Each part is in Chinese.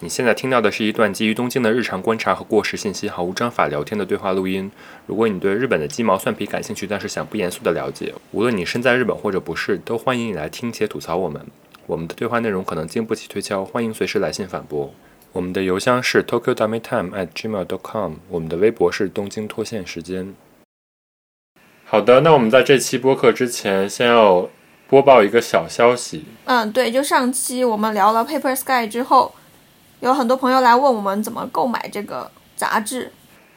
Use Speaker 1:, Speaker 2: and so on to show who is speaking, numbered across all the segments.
Speaker 1: 你现在听到的是一段基于东京的日常观察和过时信息毫无章法聊天的对话录音。如果你对日本的鸡毛蒜皮感兴趣，但是想不严肃的了解，无论你身在日本或者不是，都欢迎你来听且吐槽我们。我们的对话内容可能经不起推敲，欢迎随时来信反驳。我们的邮箱是 tokyo dummy time at gmail.com，我们的微博是东京脱线时间。好的，那我们在这期播客之前，先要播报一个小消息。
Speaker 2: 嗯，对，就上期我们聊了 Paper Sky 之后，有很多朋友来问我们怎么购买这个杂志。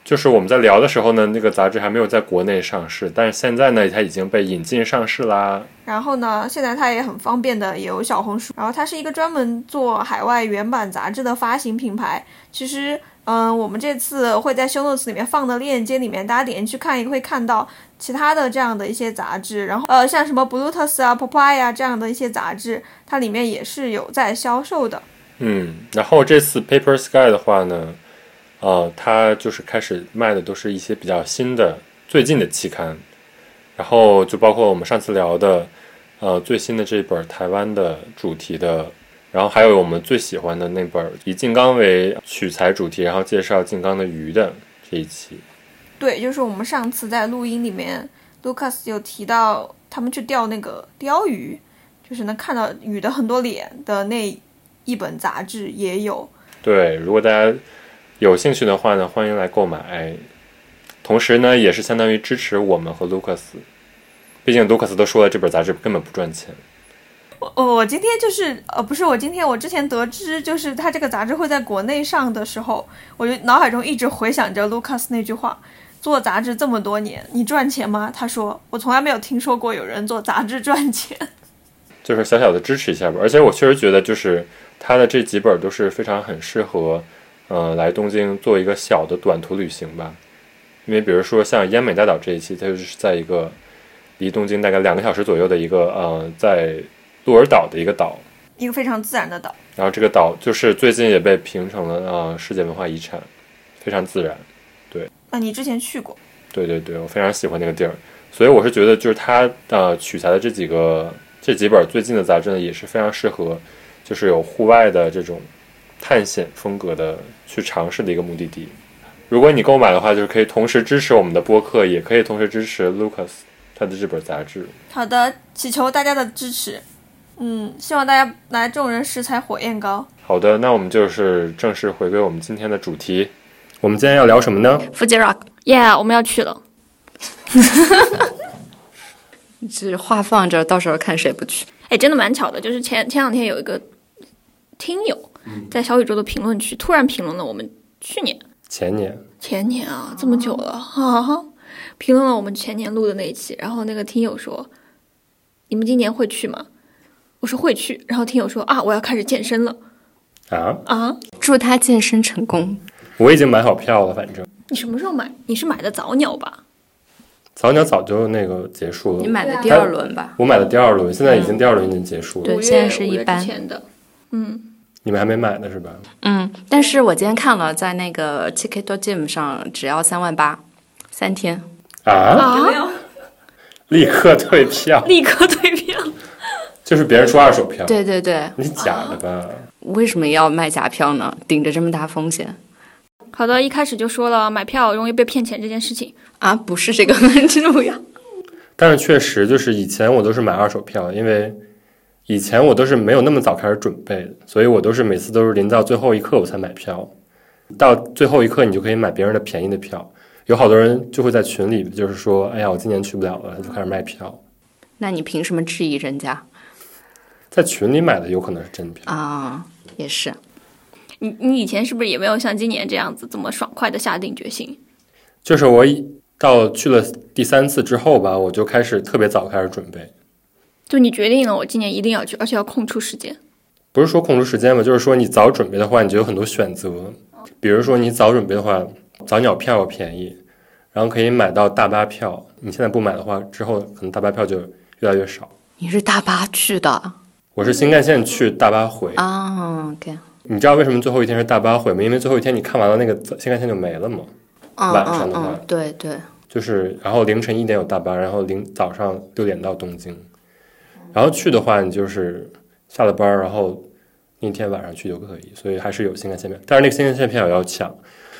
Speaker 1: 就是我们在聊的时候呢，那个杂志还没有在国内上市，但是现在呢，它已经被引进上市啦。
Speaker 2: 然后呢，现在它也很方便的，也有小红书。然后它是一个专门做海外原版杂志的发行品牌。其实，嗯，我们这次会在 show notes 里面放的链接里面，大家点进去看也会看到其他的这样的一些杂志。然后，呃，像什么 Bluetus 啊、Papaya 啊这样的一些杂志，它里面也是有在销售的。
Speaker 1: 嗯，然后这次 Paper Sky 的话呢，呃，它就是开始卖的都是一些比较新的、最近的期刊，然后就包括我们上次聊的，呃，最新的这本台湾的主题的，然后还有我们最喜欢的那本以静冈为取材主题，然后介绍静冈的鱼的这一期。
Speaker 2: 对，就是我们上次在录音里面，Lucas 有提到他们去钓那个鲷鱼，就是能看到鱼的很多脸的那一本杂志也有。
Speaker 1: 对，如果大家有兴趣的话呢，欢迎来购买。同时呢，也是相当于支持我们和 Lucas，毕竟 Lucas 都说了，这本杂志根本不赚钱。
Speaker 2: 我我我今天就是呃，不是我今天，我之前得知就是他这个杂志会在国内上的时候，我就脑海中一直回想着 Lucas 那句话：做杂志这么多年，你赚钱吗？他说我从来没有听说过有人做杂志赚钱。
Speaker 1: 就是小小的支持一下吧。而且我确实觉得，就是他的这几本都是非常很适合，呃，来东京做一个小的短途旅行吧。因为比如说像烟美大岛这一期，它就是在一个离东京大概两个小时左右的一个呃，在鹿儿岛的一个岛，
Speaker 2: 一个非常自然的岛，
Speaker 1: 然后这个岛就是最近也被评成了呃世界文化遗产，非常自然。
Speaker 2: 那、你之前去过？
Speaker 1: 对对对，我非常喜欢那个地儿，所以我是觉得就是他呃取材的这几个这几本最近的杂志呢，也是非常适合，就是有户外的这种探险风格的去尝试的一个目的地。如果你购买的话，就是可以同时支持我们的播客，也可以同时支持 Lucas 他的这本杂志。
Speaker 2: 好的，祈求大家的支持。嗯，希望大家来众人拾柴火焰高。
Speaker 1: 好的，那我们就是正式回归我们今天的主题。我们今天要聊什么呢？
Speaker 3: Fuji Rock，
Speaker 4: 耶我们要去了。
Speaker 3: 这话放这，到时候看谁不去。
Speaker 4: 哎，真的蛮巧的，就是前前两天有一个听友在小宇宙的评论区突然评论了我们去年、
Speaker 1: 前年，
Speaker 4: 前年啊，这么久
Speaker 3: 哦
Speaker 4: 了哈哈，评论了我们前年录的那一期。然后那个听友说：“你们今年会去吗？”我说会去。然后听友说：“啊，我要开始健身了
Speaker 1: 啊，
Speaker 4: 啊！
Speaker 3: 祝他健身成功。
Speaker 1: 我已经买好票了，反正
Speaker 4: 你什么时候买？你是买的早鸟吧？
Speaker 1: 早鸟早就那个结束了。
Speaker 3: 你买的第二轮吧？
Speaker 1: 我买的第二轮，现在已经第二轮已经结束了。
Speaker 3: 对
Speaker 4: 五月
Speaker 3: 现在是
Speaker 4: 五
Speaker 3: 一
Speaker 4: 月之
Speaker 3: 般
Speaker 4: 前的。
Speaker 1: 你们还没买呢是吧？
Speaker 3: 嗯，但是我今天看了，在那个 Ticket Gym 上只要三万八，三天。哦
Speaker 1: 啊，
Speaker 4: 啊！
Speaker 1: 立刻退 票，
Speaker 4: 立刻退票。
Speaker 1: 就是别人说二手票，
Speaker 3: 对对对，
Speaker 1: 你假的吧？
Speaker 3: 为什么要卖假票呢？顶着这么大风险
Speaker 4: 好的，一开始就说了买票容易被骗钱这件事情。
Speaker 3: 啊？不是这个很重要。
Speaker 1: 但是确实就是以前我都是买二手票，因为以前我都是没有那么早开始准备的，所以我都是每次都是临到最后一刻我才买票，到最后一刻你就可以买别人的便宜的票。有好多人就会在群里就是说，哎呀，我今年去不了了，他就开始卖票，
Speaker 3: 那你凭什么质疑人家
Speaker 1: 在群里买的有可能是真票。
Speaker 3: 啊？也是，
Speaker 4: 你你以前是不是也没有像今年这样子这么爽快的下定决心？
Speaker 1: 就是我一到去了第三次之后吧，我就开始特别早开始准备，
Speaker 4: 就你决定了，我今年一定要去，而且要空出时间。
Speaker 1: 不是说控制时间吧，就是说你早准备的话，你就有很多选择。比如说你早准备的话，早鸟票要便宜，然后可以买到大巴票。你现在不买的话，之后可能大巴票就越来越少。
Speaker 3: 你是大巴去的
Speaker 1: 我是新干线去大巴回，
Speaker 3: 啊？OK，
Speaker 1: 你知道为什么最后一天是大巴回吗？因为最后一天你看完了那个新干线就没了嘛，
Speaker 3: 嗯
Speaker 1: 晚上
Speaker 3: 嗯
Speaker 1: 的话
Speaker 3: 嗯，对对，
Speaker 1: 就是然后凌晨一点有大巴，然后零早上六点到东京，然后去的话你就是下了班儿，然后那天晚上去就可以，所以还是有新干线票，但是那个新干线票也要抢，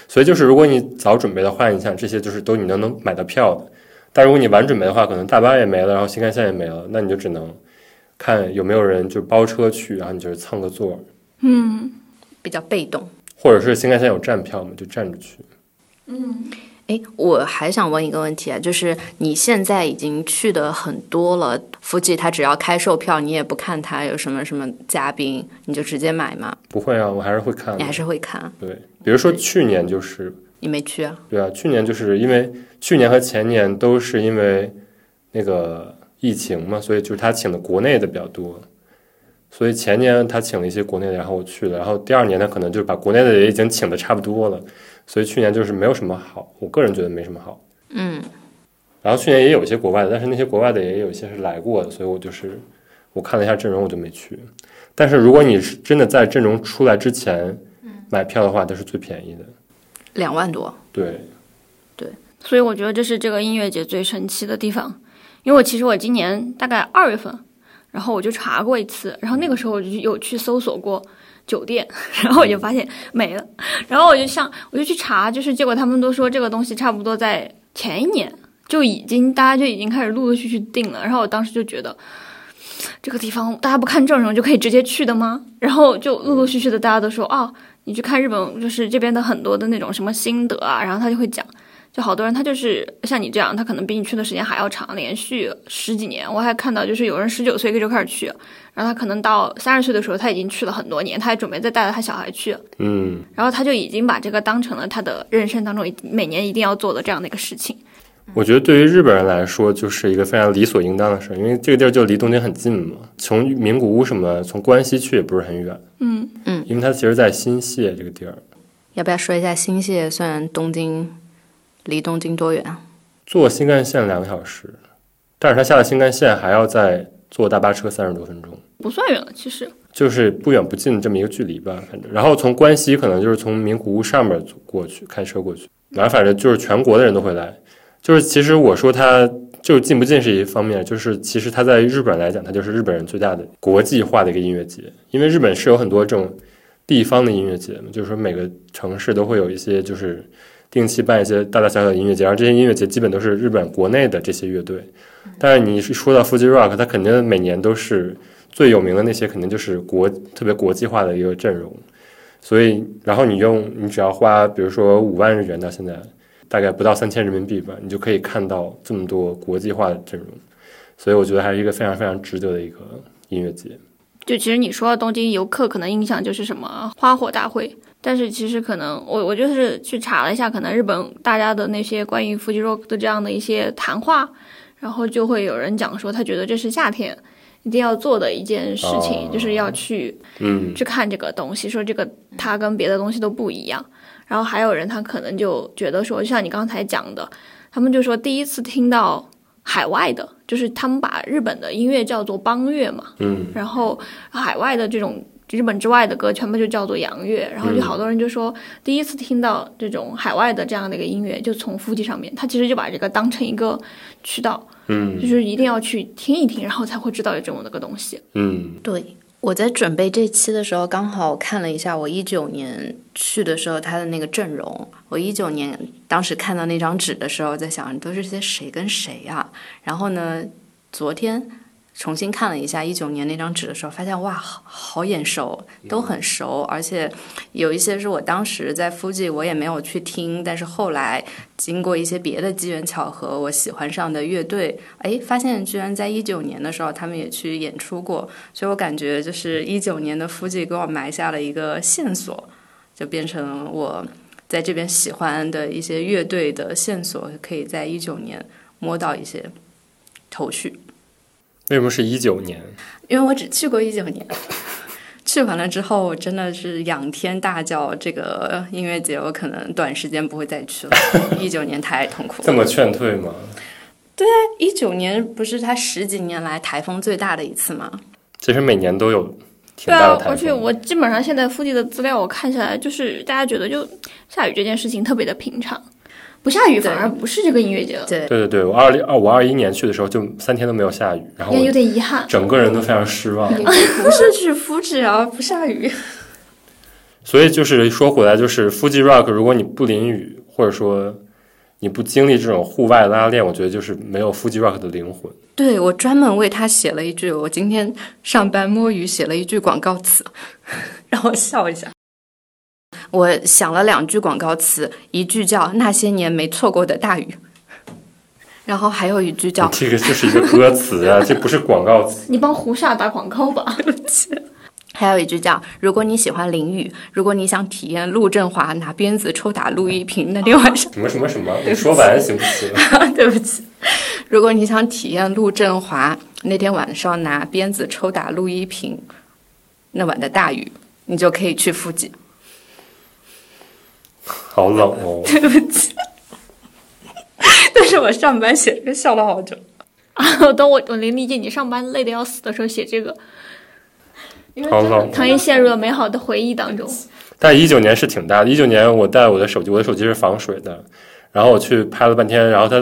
Speaker 1: 所以就是如果你早准备的话，你想这些就是都你能能买到票的，但如果你晚准备的话，可能大巴也没了，然后新干线也没了，那你就只能看有没有人就包车去，然后你就是蹭个座儿，
Speaker 3: 比较被动。
Speaker 1: 或者是新干线有站票嘛，就站着去。
Speaker 3: 诶，我还想问一个问题啊，就是你现在已经去的很多了，福吉他只要开售票，你也不看他有什么什么嘉宾，你就直接买吗？
Speaker 1: 不会啊，我还是会看
Speaker 3: 你
Speaker 1: 的
Speaker 3: 还。是会看？
Speaker 1: 对，比如说去年就是
Speaker 3: 你没去啊？
Speaker 1: 对啊，去年就是因为去年和前年都是因为那个疫情嘛，所以就是他请的国内的比较多，所以前年他请了一些国内的，然后我去了，然后第二年他可能就是把国内的也已经请的差不多了，所以去年就是没有什么好，我个人觉得没什么好。
Speaker 3: 嗯，
Speaker 1: 然后去年也有一些国外的，但是那些国外的也有一些是来过的，所以我就是我看了一下阵容，我就没去。但是如果你是真的在阵容出来之前买票的话，它是最便宜的。
Speaker 3: 两万多。
Speaker 1: 对，
Speaker 4: 所以我觉得这是这个音乐节最神奇的地方，因为我其实我今年大概二月份，然后我就查过一次，然后那个时候我就有去搜索过酒店， 然后我就发现没了，然后我就上我就去查，就是结果他们都说这个东西差不多在前一年就已经大家就已经开始陆陆续续定了，然后我当时就觉得。这个地方大家不看阵容就可以直接去的吗？然后就陆陆续续的大家都说哦，你去看日本就是这边的很多的那种什么心得啊，然后他就会讲。就好多人他就是像你这样，他可能比你去的时间还要长，连续十几年。我还看到就是有人十九岁就开始去，然后他可能到三十岁的时候他已经去了很多年，他还准备再带着他小孩去，
Speaker 1: 嗯，
Speaker 4: 然后他就已经把这个当成了他的人生当中一每年一定要做的这样的一个事情。
Speaker 1: 我觉得对于日本人来说，就是一个非常理所应当的事儿，因为这个地儿就离东京很近嘛，从名古屋什么，从关西去也不是很远。
Speaker 4: 嗯
Speaker 3: 嗯，
Speaker 1: 因为它其实在新泻这个地儿，
Speaker 3: 要不要说一下新泻？虽然东京离东京多远？啊
Speaker 1: 坐新干线两个小时，但是它下了新干线还要再坐大巴车三十多分钟。
Speaker 4: 不算远了，其实
Speaker 1: 就是不远不近这么一个距离吧，反正。然后从关西可能就是从名古屋上面过去，开车过去。然后反正就是全国的人都会来。就是其实我说它就是近不近是一方面，就是其实它在日本来讲，它就是日本人最大的国际化的一个音乐节，因为日本是有很多这种地方的音乐节嘛，就是说每个城市都会有一些就是定期办一些大大小小的音乐节，然后这些音乐节基本都是日本国内的这些乐队。但是你是说到 Fuji Rock，它肯定每年都是最有名的那些肯定就是国特别国际化的一个阵容，所以然后你用你只要花比如说五万日元到现在大概不到三千人民币吧，你就可以看到这么多国际化的阵容，所以我觉得还是一个非常非常值得的一个音乐节。
Speaker 4: 就其实你说到东京游客，可能印象就是什么花火大会，但是其实可能我我就是去查了一下，可能日本大家的那些关于 Fuji Rock 的这样的一些谈话，然后就会有人讲说，他觉得这是夏天一定要做的一件事情，
Speaker 1: 哦
Speaker 4: 就是要去
Speaker 1: 嗯，
Speaker 4: 去看这个东西，说这个它跟别的东西都不一样。然后还有人他可能就觉得说，就像你刚才讲的，他们就说第一次听到海外的，就是他们把日本的音乐叫做邦乐嘛，
Speaker 1: 嗯，
Speaker 4: 然后海外的这种。日本之外的歌全部就叫做洋乐，然
Speaker 1: 嗯
Speaker 4: 后就好多人就说，第一次听到这种海外的这样的一个音乐，就从腹肌上面，他其实就把这个当成一个渠道，
Speaker 1: 嗯
Speaker 4: 就是一定要去听一听，然后才会知道有这么的个东西。
Speaker 1: 嗯，
Speaker 3: 对，我在准备这期的时候，刚好看了一下我一九年去的时候他的那个阵容。我一九年当时看到那张纸的时候，在想都是些谁跟谁啊？然后呢，昨天重新看了一下一九年那张纸的时候，发现哇，好好眼熟，都很熟，而且有一些是我当时在附近我也没有去听，但是后来经过一些别的机缘巧合，我喜欢上的乐队，哎，发现居然在一九年的时候他们也去演出过，所以我感觉就是一九年的夫季给我埋下了一个线索，就变成我在这边喜欢的一些乐队的线索，可以在一九年摸到一些头绪。
Speaker 1: 为什么是一九年？
Speaker 3: 因为我只去过一九年，去完了之后我真的是仰天大叫，这个音乐节我可能短时间不会再去了。一九年太痛苦了，
Speaker 1: 这么劝退吗？
Speaker 3: 一九年不是他十几年来台风最大的一次吗？
Speaker 1: 其实每年都有挺
Speaker 4: 对
Speaker 1: 大
Speaker 4: 啊
Speaker 1: 的，台
Speaker 4: 而且
Speaker 1: 风。
Speaker 4: 我基本上现在附近的资料我看下来，就是大家觉得就下雨这件事情特别的平常，不下雨
Speaker 3: 对
Speaker 4: 反而不是这个音乐节了，
Speaker 3: 对，
Speaker 1: 对对对，我二零二我二一年去的时候就三天都没有下雨，然后
Speaker 4: 也有
Speaker 1: 我
Speaker 4: 点遗憾。
Speaker 1: 整个人都非常失望。
Speaker 3: 不是去肤质啊，不下雨。
Speaker 1: 所以就是说回来，就是腹肌 rock，如果你不淋雨，或者说你不经历这种户外拉练，我觉得就是没有腹肌 rock 的灵魂。
Speaker 3: 对我专门为他写了一句，我今天上班摸鱼写了一句广告词， 让我笑一下。我想了两句广告词，一句叫“那些年没错过的大雨”，然后还有一句叫
Speaker 1: 这个就是一个歌词啊，这不是广告词。
Speaker 4: 你帮胡夏打广告吧，
Speaker 3: 还有一句叫“如果你喜欢淋雨，如果你想体验陆振华拿鞭子抽打陆一平那天晚上”，
Speaker 1: 什么什么什么？你说完行不 行？
Speaker 3: 对不起，如果你想体验陆振华那天晚上拿鞭子抽打陆一平那晚的大雨，你就可以去附近。
Speaker 1: 好冷哦。
Speaker 3: 对不起，但是 我上班写这个笑了好久。
Speaker 4: 等我我能理解你上班累得要死的时候写这个，因为
Speaker 1: 好
Speaker 4: 真的
Speaker 1: 冷哦
Speaker 4: 唐嫣陷入了美好的回忆 当中。
Speaker 1: 但一九年是挺大的，一九年我带我的手机，我的手机是防水的，然后我去拍了半天，然后它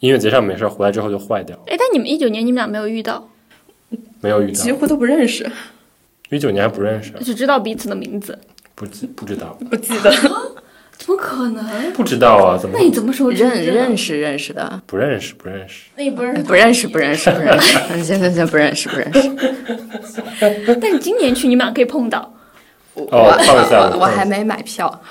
Speaker 1: 音乐节上没事，回来之后就坏掉了，
Speaker 4: 哎，但你们一九年你们俩没有遇到，
Speaker 1: 没有遇到
Speaker 3: 几。乎都不认识，
Speaker 1: 一九年还不认识，
Speaker 4: 只知道彼此的名字，
Speaker 1: 不记不知道，
Speaker 3: 不记得
Speaker 4: 怎么可能？
Speaker 1: 不知道啊，怎么
Speaker 4: 那你怎么说
Speaker 3: 认认？识认识的，
Speaker 1: 不认识？不认识。
Speaker 4: 那你不认识
Speaker 3: 不认识不认识不认识，嗯，行行行，不认识不认识。
Speaker 4: 他？但你今年去你们俩可以碰到，
Speaker 3: 我
Speaker 1: 哦放下了
Speaker 3: 我我还没买票，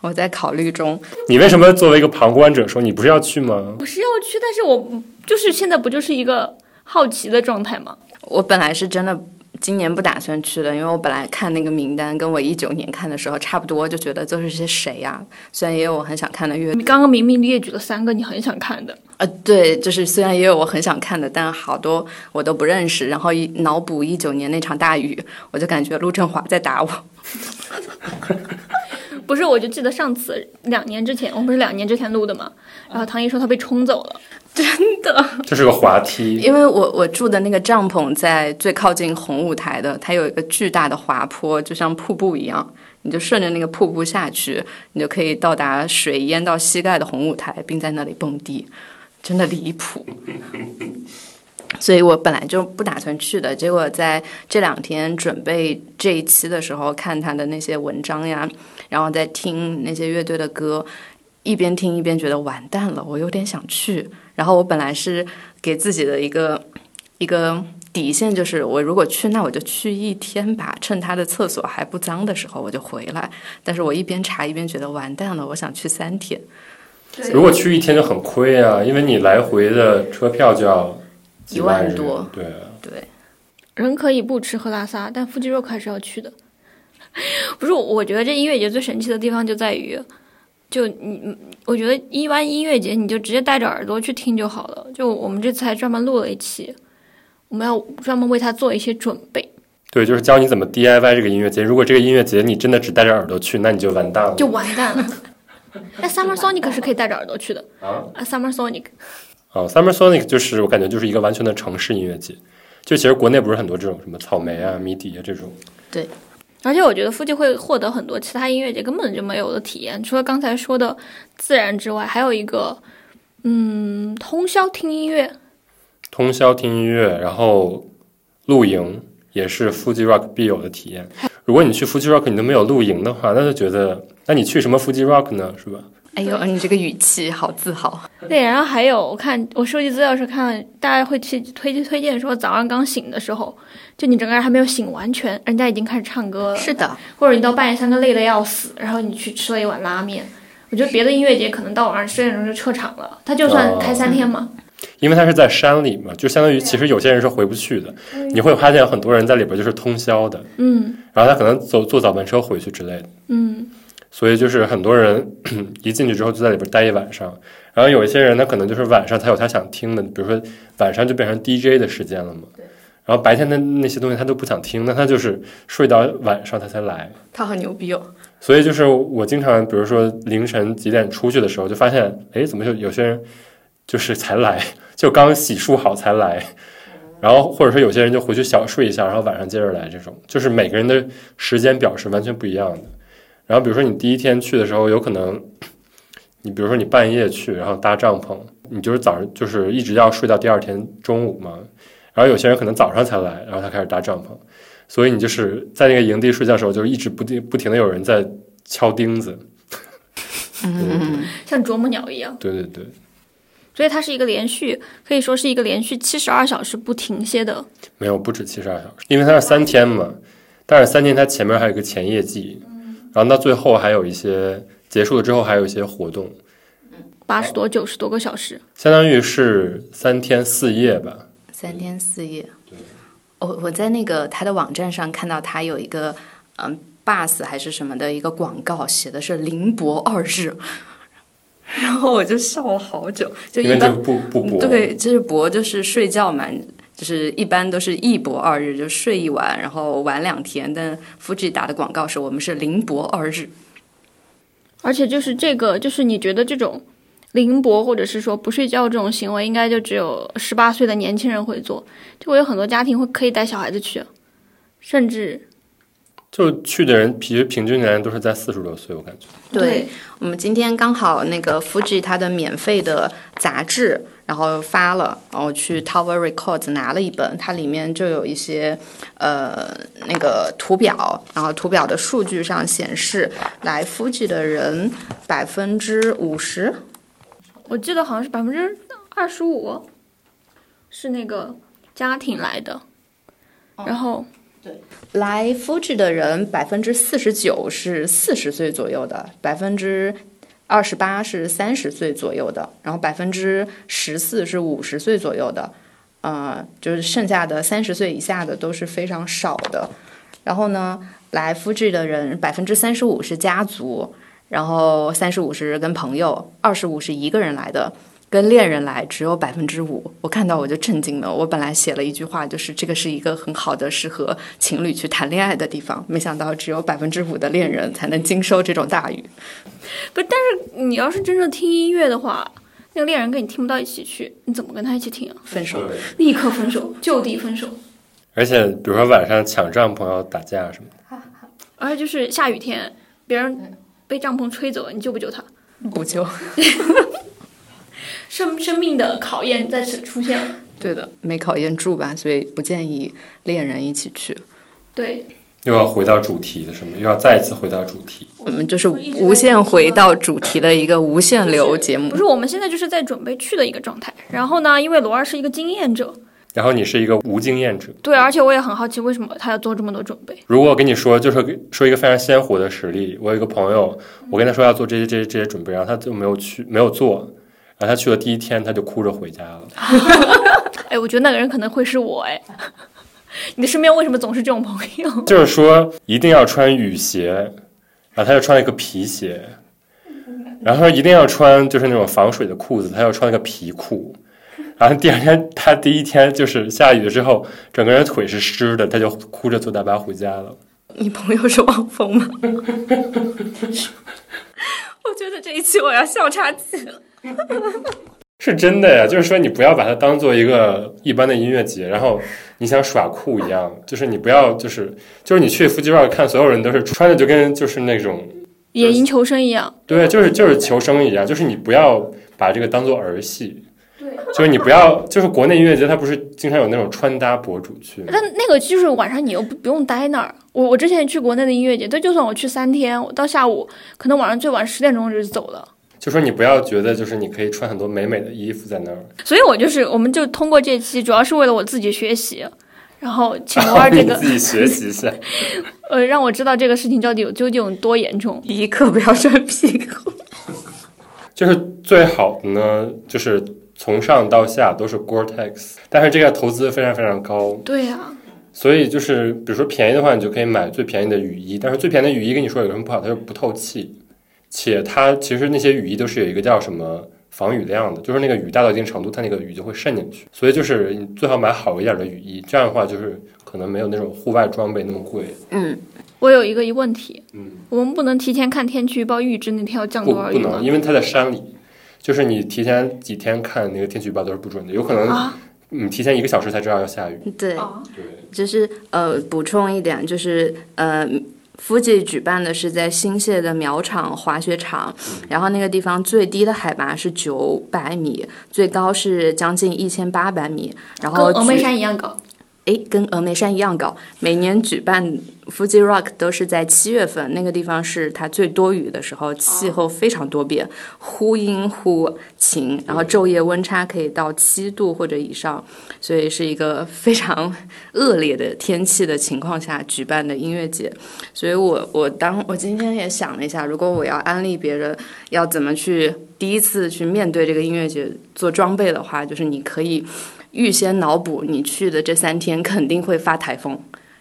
Speaker 3: 我在考虑中。
Speaker 1: 你为什么作为一个旁观者说你不是要去吗？
Speaker 4: 我是要去，但是我就是现在不就是一个好奇的状态吗？
Speaker 3: 我本来是真的今年不打算去的，因为我本来看那个名单跟我一九年看的时候差不多，就觉得都是些谁呀、虽然也有我很想看的乐队
Speaker 4: 你刚刚明明列举了三个你很想看的，
Speaker 3: 呃，对，就是虽然也有我很想看的，但好多我都不认识。然后一脑补一九年那场大雨，我就感觉陆振华在打我。
Speaker 4: 不是？我就记得上次两年之前，我们不是两年之前录的嘛，然后唐嫣说她被冲走了，
Speaker 1: 这是个滑梯，
Speaker 3: 因为我我住的那个帐篷在最靠近红舞台的，它有一个巨大的滑坡，就像瀑布一样，你就顺着那个瀑布下去，你就可以到达水淹到膝盖的红舞台，并在那里蹦迪，真的离谱。 所以我本来就不打算去的，结果在这两天准备这一期的时候，看他的那些文章呀，然后再听那些乐队的歌，一边听一边觉得完蛋了，我有点想去。然后我本来是给自己的一个一个底线，就是我如果去，那我就去一天吧，趁他的厕所还不脏的时候我就回来。但是我一边查一边觉得完蛋了，我想去三天。
Speaker 1: 如果去一天就很亏啊，因为你来回的车票就要几
Speaker 3: 一
Speaker 1: 万
Speaker 3: 万多
Speaker 1: 日元对啊，
Speaker 4: 人可以不吃喝拉撒，但腹肌肉还是要去的。不是，我觉得这音乐节最神奇的地方就在于，就你，嗯我觉得一般音乐节你就直接带着耳朵去听就好了。就我们这次还专门录了一期，我们要专门为它做一些准备，
Speaker 1: 对，就是教你怎么 DIY 这个音乐节。如果这个音乐节你真的只带着耳朵去，那你就完蛋了。
Speaker 4: 就完蛋 了。但 Summer Sonic 是可以带着耳朵去的
Speaker 1: 啊
Speaker 4: 啊，Summer Sonic
Speaker 1: 啊，Summer Sonic 就是我感觉就是一个完全的城市音乐节。就其实国内不是很多这种什么草莓啊、谜底啊这种，
Speaker 4: 而且我觉得附近会获得很多其他音乐节根本就没有的体验，除了刚才说的自然之外，还有一个，嗯，通宵听音乐，
Speaker 1: 通宵听音乐，然后露营也是 Fuji Rock 必有的体验。如果你去 Fuji Rock 你都没有露营的话，那就觉得那你去什么 Fuji Rock 呢？是吧？
Speaker 3: 哎呦，你这个语气好自豪。
Speaker 4: 对，然后还有我看我收集资料时看大家会去推推荐说早上刚醒的时候，就你整个人还没有醒完全，人家已经开始唱歌了，
Speaker 3: 的，
Speaker 4: 或者你到半夜三更累得要死，然后你去吃了一碗拉面。我觉得别的音乐节可能到晚上十点钟就撤场了，他就算
Speaker 1: 哦
Speaker 4: 开三天嘛。
Speaker 1: 因为它是在山里嘛，就相当于其实有些人是回不去的，你会发现有很多人在里边就是通宵的，
Speaker 4: 嗯
Speaker 1: 然后他可能走坐早班车回去之类的，
Speaker 4: 嗯，
Speaker 1: 所以就是很多人 一进去之后就在里边待一晚上，然后有一些人他可能就是晚上才有他想听的，比如说晚上就变成 DJ 的时间了嘛，然后白天的那些东西他都不想听，那他就是睡到晚上他才来，
Speaker 3: 他好牛逼哦。
Speaker 1: 所以就是我经常，比如说凌晨几点出去的时候，就发现，哎，怎么就有些人就是才来，就刚洗漱好才来，然后或者说有些人就回去小睡一下，然后晚上接着来，这种就是每个人的时间表是完全不一样的。然后比如说你第一天去的时候，有可能你比如说你半夜去，然后搭帐篷，你就是早上就是一直要睡到第二天中午嘛。然后有些人可能早上才来，然后他开始搭帐篷，所以你就是在那个营地睡觉的时候，就是一直不停不停的有人在敲钉子。
Speaker 3: 嗯，
Speaker 4: 像啄木鸟一样。
Speaker 1: 对对对，
Speaker 4: 所以它是一个连续，可以说是一个连续七十二小时不停歇的。
Speaker 1: 没有不止七十二小时，因为它是三天嘛，但是三天它前面还有一个前夜祭，
Speaker 3: 嗯
Speaker 1: 然后到最后还有一些结束了之后还有一些活动，
Speaker 4: 八十多、九十多个小时，
Speaker 1: 相当于是三天四夜吧。
Speaker 3: 三天四夜。我我在那个他的网站上看到他有一个嗯 bus 还是什么的一个广告，写的是宁博二日，然后我就笑了好久。就
Speaker 1: 因
Speaker 3: 一
Speaker 1: 为这
Speaker 3: 般嗯
Speaker 1: 个不不博，
Speaker 3: 对，就是博就是睡觉嘛，就是一般都是一博二日，就睡一晚，然后玩两天。但 Fuji 打的广告是我们是零博二日，
Speaker 4: 而且就是这个，就是你觉得这种凌泊或者是说不睡觉这种行为，应该就只有十八岁的年轻人会做。就我有很多家庭会可以带小孩子去，甚至
Speaker 1: 就去的人其实平均年龄都是在四十多岁，我感觉。
Speaker 3: 对，我们今天刚好那个 Fuji 它的免费的杂志，然后发了，然后去 Tower Records 拿了一本，它里面就有一些呃那个图表，然后图表的数据上显示，来 Fuji 的人百分之五十，
Speaker 4: 我记得好像是百分之二十五是那个家庭来的，然后
Speaker 3: 来 Fuji 的人百分之四十九是四十岁左右的，百分之。二十八是三十岁左右的，然后百分之十四是五十岁左右的，呃，就是剩下的三十岁以下的都是非常少的。然后呢，来 Fuji 的人百分之三十五是家族，然后三十五是跟朋友，二十五是一个人来的，跟恋人来只有百分之五。我看到我就震惊了，我本来写了一句话，就是这个是一个很好的适合情侣去谈恋爱的地方，没想到只有百分之五的恋人才能经受这种大雨。
Speaker 4: 你要是真正听音乐的话，那个恋人跟你听不到一起去，你怎么跟他一起听啊？
Speaker 3: 分手。
Speaker 4: 立刻分手，就地分手。
Speaker 1: 而且比如说晚上抢帐篷要打架什么的，
Speaker 4: 而且就是下雨天，别人被帐篷吹走了，你救不救他？
Speaker 3: 补救。
Speaker 4: 生生命的考验在此出现了。
Speaker 3: 对的，没考验住吧，所以不建议恋人一起去。
Speaker 4: 对，
Speaker 1: 又要回到主题的什么，又要再一次回到主题。
Speaker 3: 我们就是无限回到主题的一个无限流节目
Speaker 4: 不。是我们现在就是在准备去的一个状态。然后呢，因为罗二是一个经验者，
Speaker 1: 然后你是一个无经验者，
Speaker 4: 对，而且我也很好奇为什么他要做这么多准备。
Speaker 1: 如果我跟你说，就是给说一个非常鲜活的实例，我有一个朋友，我跟他说要做这些这些这些准备，然后他就没有去，没有做，然后他去了第一天，他就哭着回家了。
Speaker 4: 哎，我觉得那个人可能会是我哎。 你的身边为什么总是这种朋友？
Speaker 1: 就是说一定要穿雨鞋，然后他就穿了一个皮鞋，然后说一定要穿就是那种防水的裤子，他要穿了个皮裤。然后第二天，他第一天就是下雨了之后，整个人腿是湿的，他就哭着坐大巴回家了。
Speaker 3: 你朋友是汪峰吗？ 我觉得这一期我要笑岔气了。
Speaker 1: 是真的呀，就是说你不要把它当做一个一般的音乐节，然后你想耍酷一样，就是你不要就是就是你去夫妻 rock 看所有人都是穿的就跟就是那种
Speaker 4: 野营求生一样，
Speaker 1: 对，就是就是求生一样，就是你不要把这个当做儿戏。对，就是你不要，就是国内音乐节，它不是经常有那种穿搭博主去吗，
Speaker 4: 但那个就是晚上你又不不用待那儿。我我之前去国内的音乐节，但就算我去三天，我到下午可能晚上最晚十点钟我就走了。
Speaker 1: 就说你不要觉得就是你可以穿很多美美的衣服在那儿，
Speaker 4: 所以我就是，我们就通过这期，主要是为了我自己学习，然后请罗二这
Speaker 3: 啊
Speaker 4: 个
Speaker 1: 你自己学习一下。
Speaker 4: 呃，让我知道这个事情到底有究竟有多严重。
Speaker 3: 一刻不要穿屁股。
Speaker 1: 就是最好的呢，就是从上到下都是 Gore-Tex，但是这个投资非常非常高，
Speaker 4: 对呀、
Speaker 3: 啊
Speaker 1: 所以就是比如说便宜的话，你就可以买最便宜的雨衣，但是最便宜的雨衣跟你说有什么不好，它就是不透气，且它其实那些雨衣都是有一个叫什么防雨量的，就是那个雨大到一定程度，它那个雨就会渗进去，所以就是你最好买好一点的雨衣，这样的话就是可能没有那种户外装备那么贵，
Speaker 3: 嗯，
Speaker 4: 我有一个一问题，
Speaker 1: 嗯，
Speaker 4: 我们不能提前看天气预报预知那天要降
Speaker 1: 不
Speaker 4: 多少
Speaker 1: 不
Speaker 4: 雨吗
Speaker 1: 能，？因为它在山里。就是你提前几天看那个天气预报都是不准的，有可能
Speaker 4: 啊，
Speaker 1: 嗯，提前一个
Speaker 3: 嗯
Speaker 1: 小时才知道要下雨。
Speaker 3: 对，
Speaker 4: 啊
Speaker 1: 对，
Speaker 3: 就是呃，补充一点，就是呃 Fuji 举办的是在新泻的苗场滑雪场，然后那个地方最低的海拔是九百米，最高是将近一千八百米，然
Speaker 4: 跟
Speaker 3: 后
Speaker 4: 峨眉
Speaker 3: 举
Speaker 4: 山一样高。
Speaker 3: 诶，跟峨眉山一样高，每年举办 Fuji Rock 都是在七月份，那个地方是它最多雨的时候，气候非常多变，忽阴忽晴，然后昼夜温差可以到七度或者以上，所以是一个非常恶劣的天气的情况下举办的音乐节。所以我我当我今天也想了一下，如果我要安利别人要怎么去第一次去面对这个音乐节做装备的话，就是你可以。预先脑补你去的这三天肯定会发台风，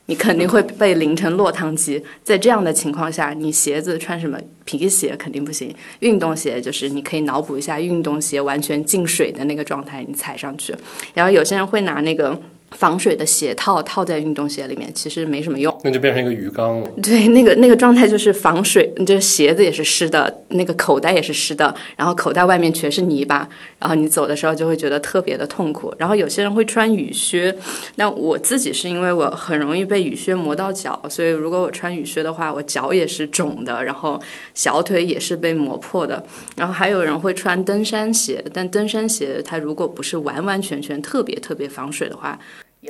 Speaker 3: 你肯定会被淋成落汤鸡。在这样的情况下，你鞋子穿什么？皮鞋肯定不行，运动鞋就是你可以脑补一下运动鞋完全进水的那个状态，你踩上去。然后有些人会拿那个防水的鞋套套在运动鞋里面，其实没什么用。
Speaker 1: 那就变成一个鱼缸了。
Speaker 3: 对，那个那个状态就是防水，就是鞋子也是湿的，那个口袋也是湿的，然后口袋外面全是泥巴，然后你走的时候就会觉得特别的痛苦。然后有些人会穿雨靴，那我自己是因为我很容易被雨靴磨到脚，所以如果我穿雨靴的话，我脚也是肿的，然后小腿也是被磨破的。然后还有人会穿登山鞋，但登山鞋它如果不是完完全全特别特别防水的话，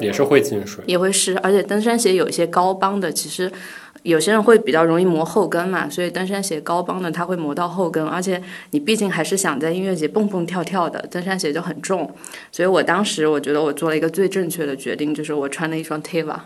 Speaker 1: 也是会进水，
Speaker 3: 也会湿，而且登山鞋有一些高帮的，其实有些人会比较容易磨后跟嘛，所以登山鞋高帮的它会磨到后跟，而且你毕竟还是想在音乐节蹦蹦跳跳的，登山鞋就很重，所以我当时我觉得我做了一个最正确的决定，就是我穿了一双 Teva，Teva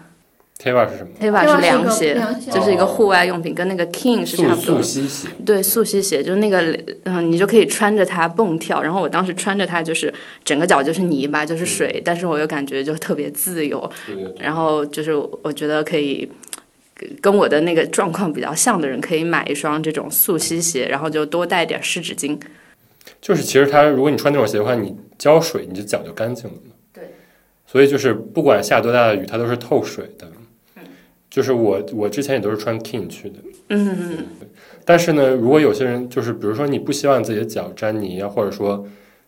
Speaker 1: Teva 是什么？
Speaker 4: Teva
Speaker 3: 是
Speaker 4: 是
Speaker 3: 凉
Speaker 4: 个
Speaker 3: 鞋，
Speaker 4: 凉鞋
Speaker 3: 就是一个户外用品，跟那个 King 是差
Speaker 1: 速
Speaker 3: 不多
Speaker 1: 速
Speaker 3: 的。
Speaker 1: 吸鞋，
Speaker 3: 对，溯溪鞋就是那个，嗯，你就可以穿着它蹦跳。然后我当时穿着它，就是整个脚就是泥巴，就是水，但是我又感觉就特别自由，
Speaker 1: 对对对。
Speaker 3: 然后就是我觉得可以跟我的那个状况比较像的人，可以买一双这种溯溪鞋，然后就多带点湿纸巾。
Speaker 1: 就是其实它，如果你穿那种鞋的话，你浇水，你就脚就干净了嘛。对。所以就是不管下多大的雨，它都是透水的。就是我我之前也都是穿 King 去的，
Speaker 3: 嗯，嗯
Speaker 1: 但是呢，如果有些人就是比如说你不希望自己的脚沾泥啊，或者说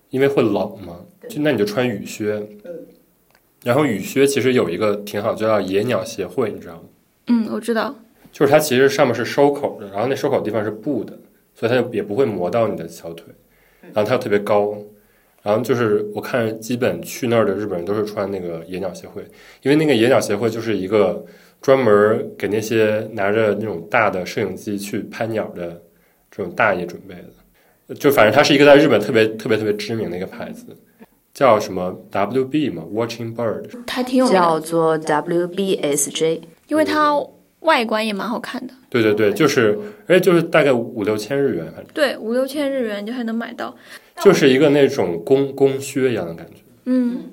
Speaker 1: 因为会冷嘛，就那你就穿雨靴。然后雨靴其实有一个挺好，就叫野鸟协会，你知道吗？
Speaker 4: 嗯，我知道。
Speaker 1: 就是它其实上面是收口的，然后那收口的地方是布的，所以它就也不会磨到你的小腿，然后它又特别高，然后就是我看基本去那儿的日本人都是穿那个野鸟协会，因为那个野鸟协会就是一个专门给那些拿着那种大的摄影机去拍鸟的这种大爷准备的，就反正它是一个在日本特别特别特别知名的一个牌子，叫什么 WB 嘛，Watching Bird，
Speaker 4: 还挺有名的，
Speaker 3: 叫做 WBSJ。
Speaker 4: 因为它外观也蛮好看的。
Speaker 1: 对对对，就是而且就是大概五六千日元，反正。
Speaker 4: 对，五六千日元就还能买到。
Speaker 1: 就是一个那种工工靴一样的感觉。
Speaker 4: 嗯，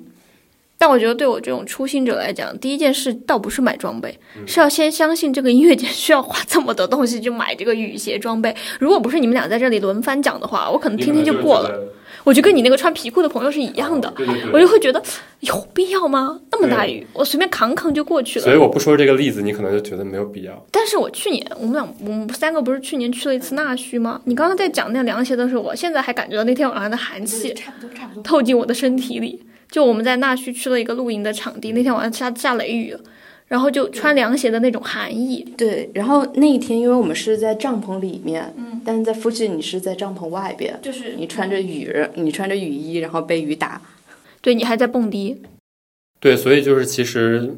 Speaker 4: 但我觉得对我这种初心者来讲，第一件事倒不是买装备，
Speaker 1: 嗯
Speaker 4: 是要先相信这个音乐节需要花这么多东西去买这个雨鞋装备。如果不是你们俩在这里轮番讲的话，我可能天嗯天就过了。
Speaker 1: 了，
Speaker 4: 我就跟你那个穿皮裤的朋友是一样的，
Speaker 1: 对哦对
Speaker 4: 我
Speaker 1: 对。
Speaker 4: 就会觉得有必要吗？那么大雨，我随便扛扛就过去
Speaker 1: 所以
Speaker 4: 了。
Speaker 1: 我不说这个例子，你可能就觉得没有必要。
Speaker 4: 但是我去年我们俩我们三个不是去年去了一次纳须吗？你刚刚在讲那凉鞋的时候，我现在还感觉到那天晚上的寒气
Speaker 3: 差不多，差不多。
Speaker 4: 透进我的身体里。就我们在纳须去了一个露营的场地，那天晚上下下雷雨，然后就穿凉鞋的那种寒意。
Speaker 3: 对，然后那一天，因为我们是在帐篷里面，嗯，但是在 Fuji 你是在帐篷外边，
Speaker 4: 就是
Speaker 3: 你穿着雨，你穿着雨衣，然后被雨打。
Speaker 4: 对你还在蹦迪，
Speaker 1: 对，所以就是其实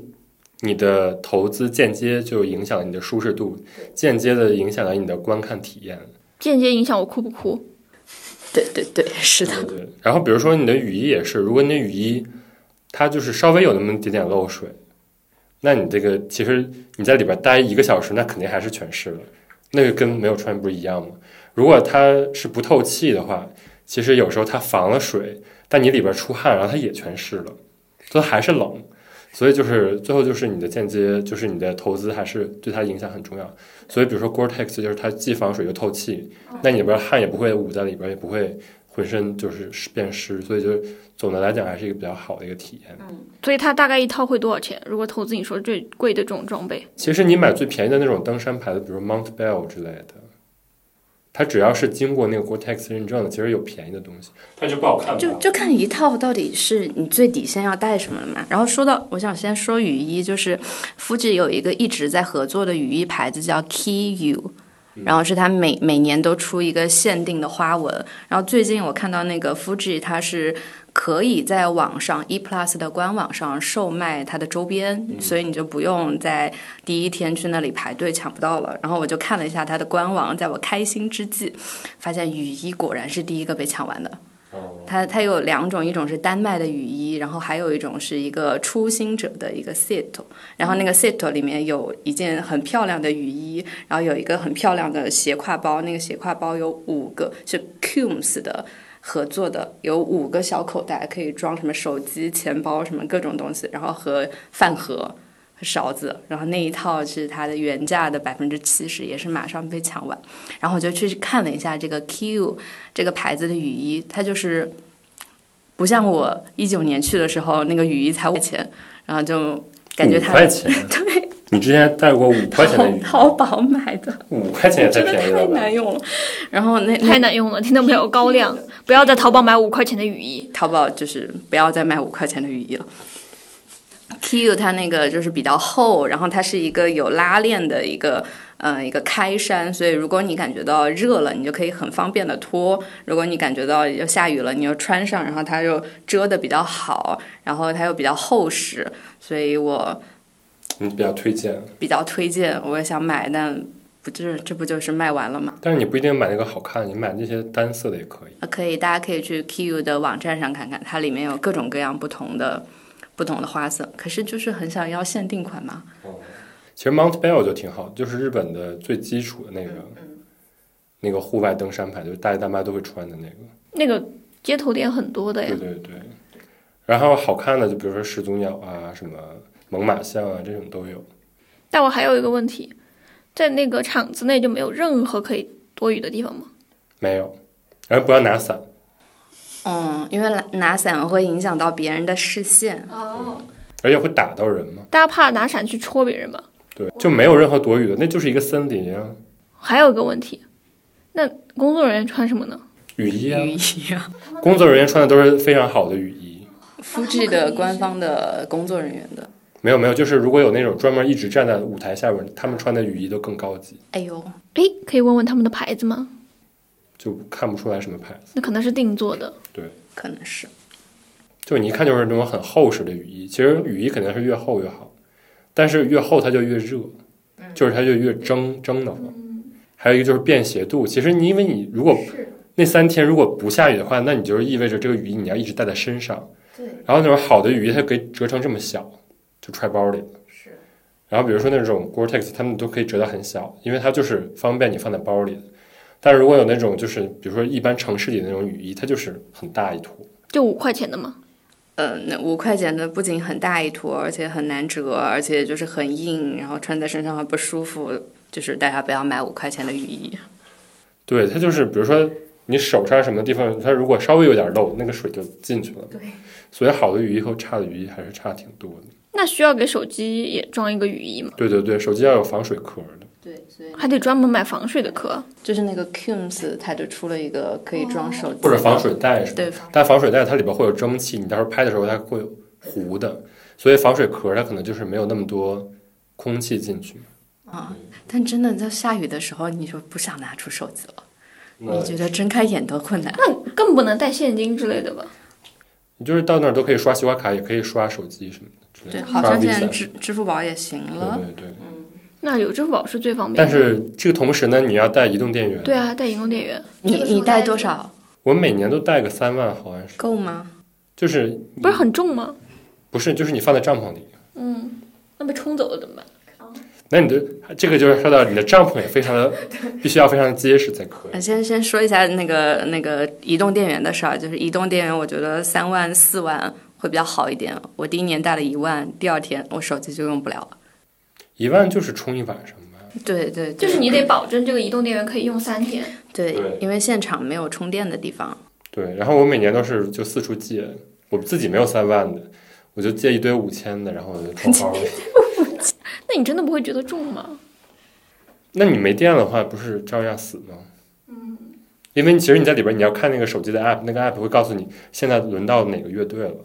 Speaker 1: 你的投资间接就影响了你的舒适度，间接的影响了你的观看体验。
Speaker 4: 间接影响我哭不哭。
Speaker 3: 对对对，是的。
Speaker 1: 对对。然后比如说你的雨衣也是，如果你的雨衣它就是稍微有那么一点点漏水，那你这个其实你在里边待一个小时，那肯定还是全湿了，那个跟没有穿不是一样吗？如果它是不透气的话，其实有时候它防了水，但你里边出汗，然后它也全湿了，所以还是冷。所以就是最后就是你的间接，就是你的投资还是对它影响很重要。所以比如说 Gore-Tex 就是它既防水又透气，那你里边汗也不会捂在里边，也不会浑身就是湿变湿，所以就是总的来讲还是一个比较好的一个体验。
Speaker 3: 嗯
Speaker 4: 所以它大概一套会多少钱？如果投资你说最贵的这种装备，
Speaker 1: 其实你买最便宜的那种登山牌子，比如 Mount Bell 之类的，它只要是经过那个 Gore-Tex 认证的，其实有便宜的东西，但就不好看吧。
Speaker 3: 就就看一套到底是你最底线要带什么了嘛。然后说到，我想先说雨衣，就是 Fuji 有一个一直在合作的雨衣牌子叫 Kiyu，然
Speaker 1: 嗯
Speaker 3: 后是它每每年都出一个限定的花纹。然后最近我看到那个 Fuji 它是。可以在网上 E Plus 的官网上售卖它的周边，
Speaker 1: 嗯
Speaker 3: 所以你就不用在第一天去那里排队抢不到了。然后我就看了一下它的官网，在我开心之际，发现雨衣果然是第一个被抢完的。它它有两种，一种是丹麦的雨衣，然后还有一种是一个初心者的一个 set，然后那个 set 里面有一件很漂亮的雨衣，然后有一个很漂亮的斜挎包，那个斜挎包有五个是 Coombs 的合作的，有五个小口袋可以装什么手机、钱包什么各种东西，然后和饭盒。勺子，然后那一套是它的原价的百分之七十，也是马上被抢完。然后我就去看了一下这个 Q 这个牌子的雨衣，它就是不像我一九年去的时候那个雨衣才五块钱，然后就感觉
Speaker 1: 五
Speaker 3: 它
Speaker 1: 块钱，
Speaker 3: 对
Speaker 1: 你之前带过五块钱的
Speaker 3: 淘
Speaker 1: 雨衣，
Speaker 3: 淘宝买的，
Speaker 1: 五块钱也太
Speaker 3: 真的
Speaker 1: 便宜
Speaker 3: 太
Speaker 1: 了吧？
Speaker 3: 难用了。然后那
Speaker 4: 太
Speaker 3: 那
Speaker 4: 难用了，听到没有？高亮，不要在淘宝买五块钱的雨衣。
Speaker 3: 淘宝就是不要再卖五块钱的雨衣了。Q 它那个就是比较厚，然后它是一个有拉链的一个呃一个开衫，所以如果你感觉到热了，你就可以很方便的脱；如果你感觉到要下雨了，你又穿上，然后它又遮的比较好，然后它又比较厚实，所以我
Speaker 1: 你比较推荐，
Speaker 3: 比较推荐，我也想买，但不就是这不就是卖完了吗？
Speaker 1: 但是你不一定买那个好看，你买那些单色的也可以。
Speaker 3: 呃可以，大家可以去 Q 的网站上看看，它里面有各种各样不同的不同的花色。可是就是很想要限定款嘛，
Speaker 1: 其实 Mount Bell 就挺好，就是日本的最基础的那个、
Speaker 3: 嗯
Speaker 1: 那个户外登山牌，就是大爷大妈都会穿的那个。
Speaker 4: 那个街头店很多的呀
Speaker 1: 对，对对。然后好看的就比如说始祖鸟啊，什么猛犸象啊，这种都有。
Speaker 4: 但我还有一个问题，在那个场子内就没有任何可以多余的地方吗？
Speaker 1: 没有，然后不要拿伞，
Speaker 3: 嗯，因为拿拿伞会影响到别人的视线。
Speaker 1: 而且会打到人嘛。
Speaker 4: 大家怕拿伞去戳别人吧？
Speaker 1: 对，就没有任何躲雨的，那就是一个森林啊，
Speaker 4: 还有一个问题，那工作人员穿什么呢？
Speaker 1: 雨衣啊。
Speaker 3: 雨衣啊，
Speaker 1: 工作人员穿的都是非常好的雨衣。
Speaker 3: f u 的官方的工作人员的。
Speaker 1: 没有没有，就是如果有那种专门一直站在舞台下面，他们穿的雨衣都更高级，
Speaker 3: 哎呦，
Speaker 4: 诶，可以问问他们的牌子吗？
Speaker 1: 就看不出来什么牌子。
Speaker 4: 那可能是定做的。
Speaker 1: 对，
Speaker 3: 可能是
Speaker 1: 就你一看就是那种很厚实的雨衣。其实雨衣肯定是越厚越好，但是越厚它就越热，就是它就越蒸蒸的慌。还有一个就是便携度，其实你因为你如果那三天如果不下雨的话，那你就是意味着这个雨衣你要一直带在身上。对。然后那种好的雨衣它可以折成这么小，就揣包里了。是。然后比如说那种 Gore-Tex，他们都可以折得很小，因为它就是方便你放在包里的。但是如果有那种就是比如说一般城市里的那种雨衣，它就是很大一坨。
Speaker 4: 就五块钱的吗？
Speaker 3: 呃，那五块钱的不仅很大一坨，而且很难折，而且就是很硬，然后穿在身上还不舒服。就是大家不要买五块钱的雨衣。
Speaker 1: 对，它就是比如说你手上什么地方，它如果稍微有点漏，那个水就进去了。对，所以好的雨衣和差的雨衣还是差挺多的。
Speaker 4: 那需要给手机也装一个雨衣吗？
Speaker 1: 对对对，手机要有防水壳的。
Speaker 3: 对，所以
Speaker 4: 还得专门买防水的壳。
Speaker 3: 就是那个 Coombs，它就出了一个可以装手机
Speaker 1: 或者防水袋是吧？
Speaker 3: 对，
Speaker 1: 但防水袋它里边会有蒸汽，你到时候拍的时候它会有糊的，所以防水壳它可能就是没有那么多空气进去。
Speaker 3: 啊，但真的在下雨的时候，你就不想拿出手机了，你
Speaker 1: 那
Speaker 3: 觉得睁开眼都困难。
Speaker 4: 那更不能带现金之类的吧？
Speaker 1: 你就是到那儿都可以刷西瓜卡，也可以刷手机什么的之类
Speaker 3: 对，
Speaker 1: 的，
Speaker 3: 好
Speaker 1: 刷
Speaker 3: 像现在
Speaker 1: Visa。
Speaker 3: 支支付宝也行了。
Speaker 1: 对对对，
Speaker 4: 那有支付宝是最方便
Speaker 1: 但
Speaker 4: 的。
Speaker 1: 是这个同时呢，你要带移动电源。
Speaker 4: 对，啊，带移动电源
Speaker 3: 你
Speaker 2: 这个
Speaker 3: 你
Speaker 2: 手
Speaker 3: 带
Speaker 2: 袋
Speaker 3: 多
Speaker 2: 子
Speaker 3: 少
Speaker 1: 我每年都带个三万，好像是，
Speaker 3: 够吗？
Speaker 1: 就是
Speaker 4: 不是很重吗？
Speaker 1: 不是，就是你放在帐篷里。
Speaker 4: 嗯，那被冲走了怎么办？
Speaker 1: 那你的这个就是说到你的帐篷也非常的，必须要非常结实才可以
Speaker 3: 呃。先先说一下那个那个移动电源的事儿，就是移动电源，我觉得三万四万会比较好一点。我第一年带了一万，第二天我手机就用不了了。
Speaker 1: 一万就是充一晚上吧。
Speaker 3: 对对，
Speaker 4: 就
Speaker 3: 对
Speaker 4: 是你得保证这个移动电源可以用三天。
Speaker 1: 对
Speaker 3: 对，因为现场没有充电的地方。
Speaker 1: 对，然后我每年都是就四处借，我自己没有三万的，我就借一堆五千的，然后我就装包里。
Speaker 4: 那你真的不会觉得重吗？
Speaker 1: 那你没电的话，不是照样死吗？因为其实你在里边你要看那个手机的 app，那个 app 会告诉你现在轮到哪个乐队了。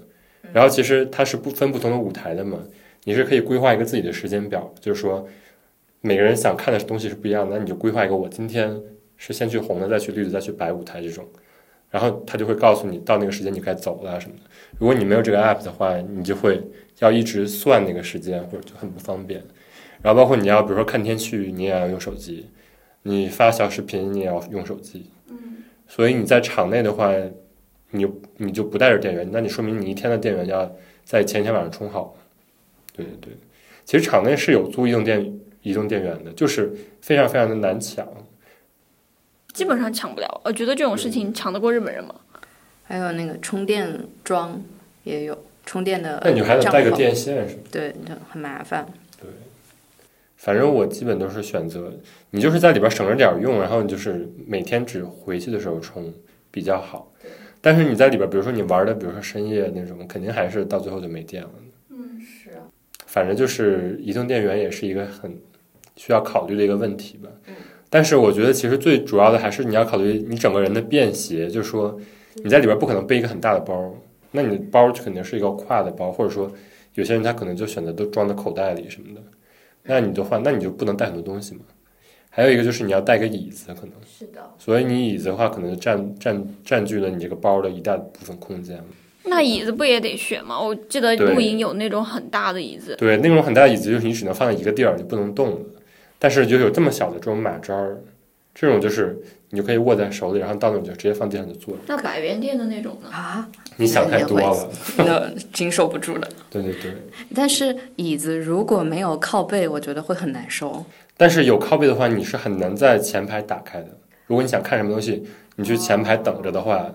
Speaker 1: 然后其实它是不分不同的舞台的嘛，你是可以规划一个自己的时间表，就是说每个人想看的东西是不一样的，那你就规划一个我今天是先去红的，再去绿的，再去白舞台这种。然后它就会告诉你到那个时间你该走了啊什么的。如果你没有这个 app 的话，你就会要一直算那个时间，或者就很不方便。然后包括你要比如说看天气，你也要用手机；你发小视频，你也要用手机。所以你在场内的话，你你就不带着电源，那你说明你一天的电源要在前一天晚上充好。对对对，其实场内是有租移动电移动电源的，就是非常非常的难抢。
Speaker 4: 基本上抢不了。呃我觉得这种事情抢得过日本人吗？
Speaker 3: 还有那个充电桩也有充电的，
Speaker 1: 那你还得带个电，线什么的。
Speaker 3: 对，就很麻烦。
Speaker 1: 反正
Speaker 4: 嗯
Speaker 1: 我基本都是选择，你就是在里边省着点儿用，然后你就是每天只回去的时候充比较好。但是你在里边，比如说你玩的，比如说深夜那种，肯定还是到最后就没电了。
Speaker 4: 嗯，是啊。
Speaker 1: 反正就是移动电源也是一个很需要考虑的一个问题吧。
Speaker 4: 嗯
Speaker 1: 但是我觉得其实最主要的还是你要考虑你整个人的便携，就是说你在里边不可能背一个很大的包，那你的包肯定是一个挎的包，或者说有些人他可能就选择都装在口袋里什么的。那你的话，那你就不能带很多东西嘛。还有一个就是你要带个椅子，可能
Speaker 4: 是的。
Speaker 1: 所以你椅子的话，可能就占占占据了你这个包的一大部分空间。
Speaker 4: 那椅子不也得选吗？我记得
Speaker 1: 对
Speaker 4: 露营有那种很大的椅子，
Speaker 1: 对，那种很大的椅子就是你只能放在一个地儿，你不能动的。但是就有这么小的这种马扎儿，这种就是你就可以握在手里，然后到那你就直接放地上就坐着。
Speaker 4: 那百元店的那种呢？
Speaker 3: 啊，
Speaker 1: 你想太多了，
Speaker 3: 那经受不住了。
Speaker 1: 对对对。
Speaker 3: 但是椅子如果没有靠背，我觉得会很难受。
Speaker 1: 但是有靠背的话，你是很难在前排打开的。如果你想看什么东西，你去前排等着的话，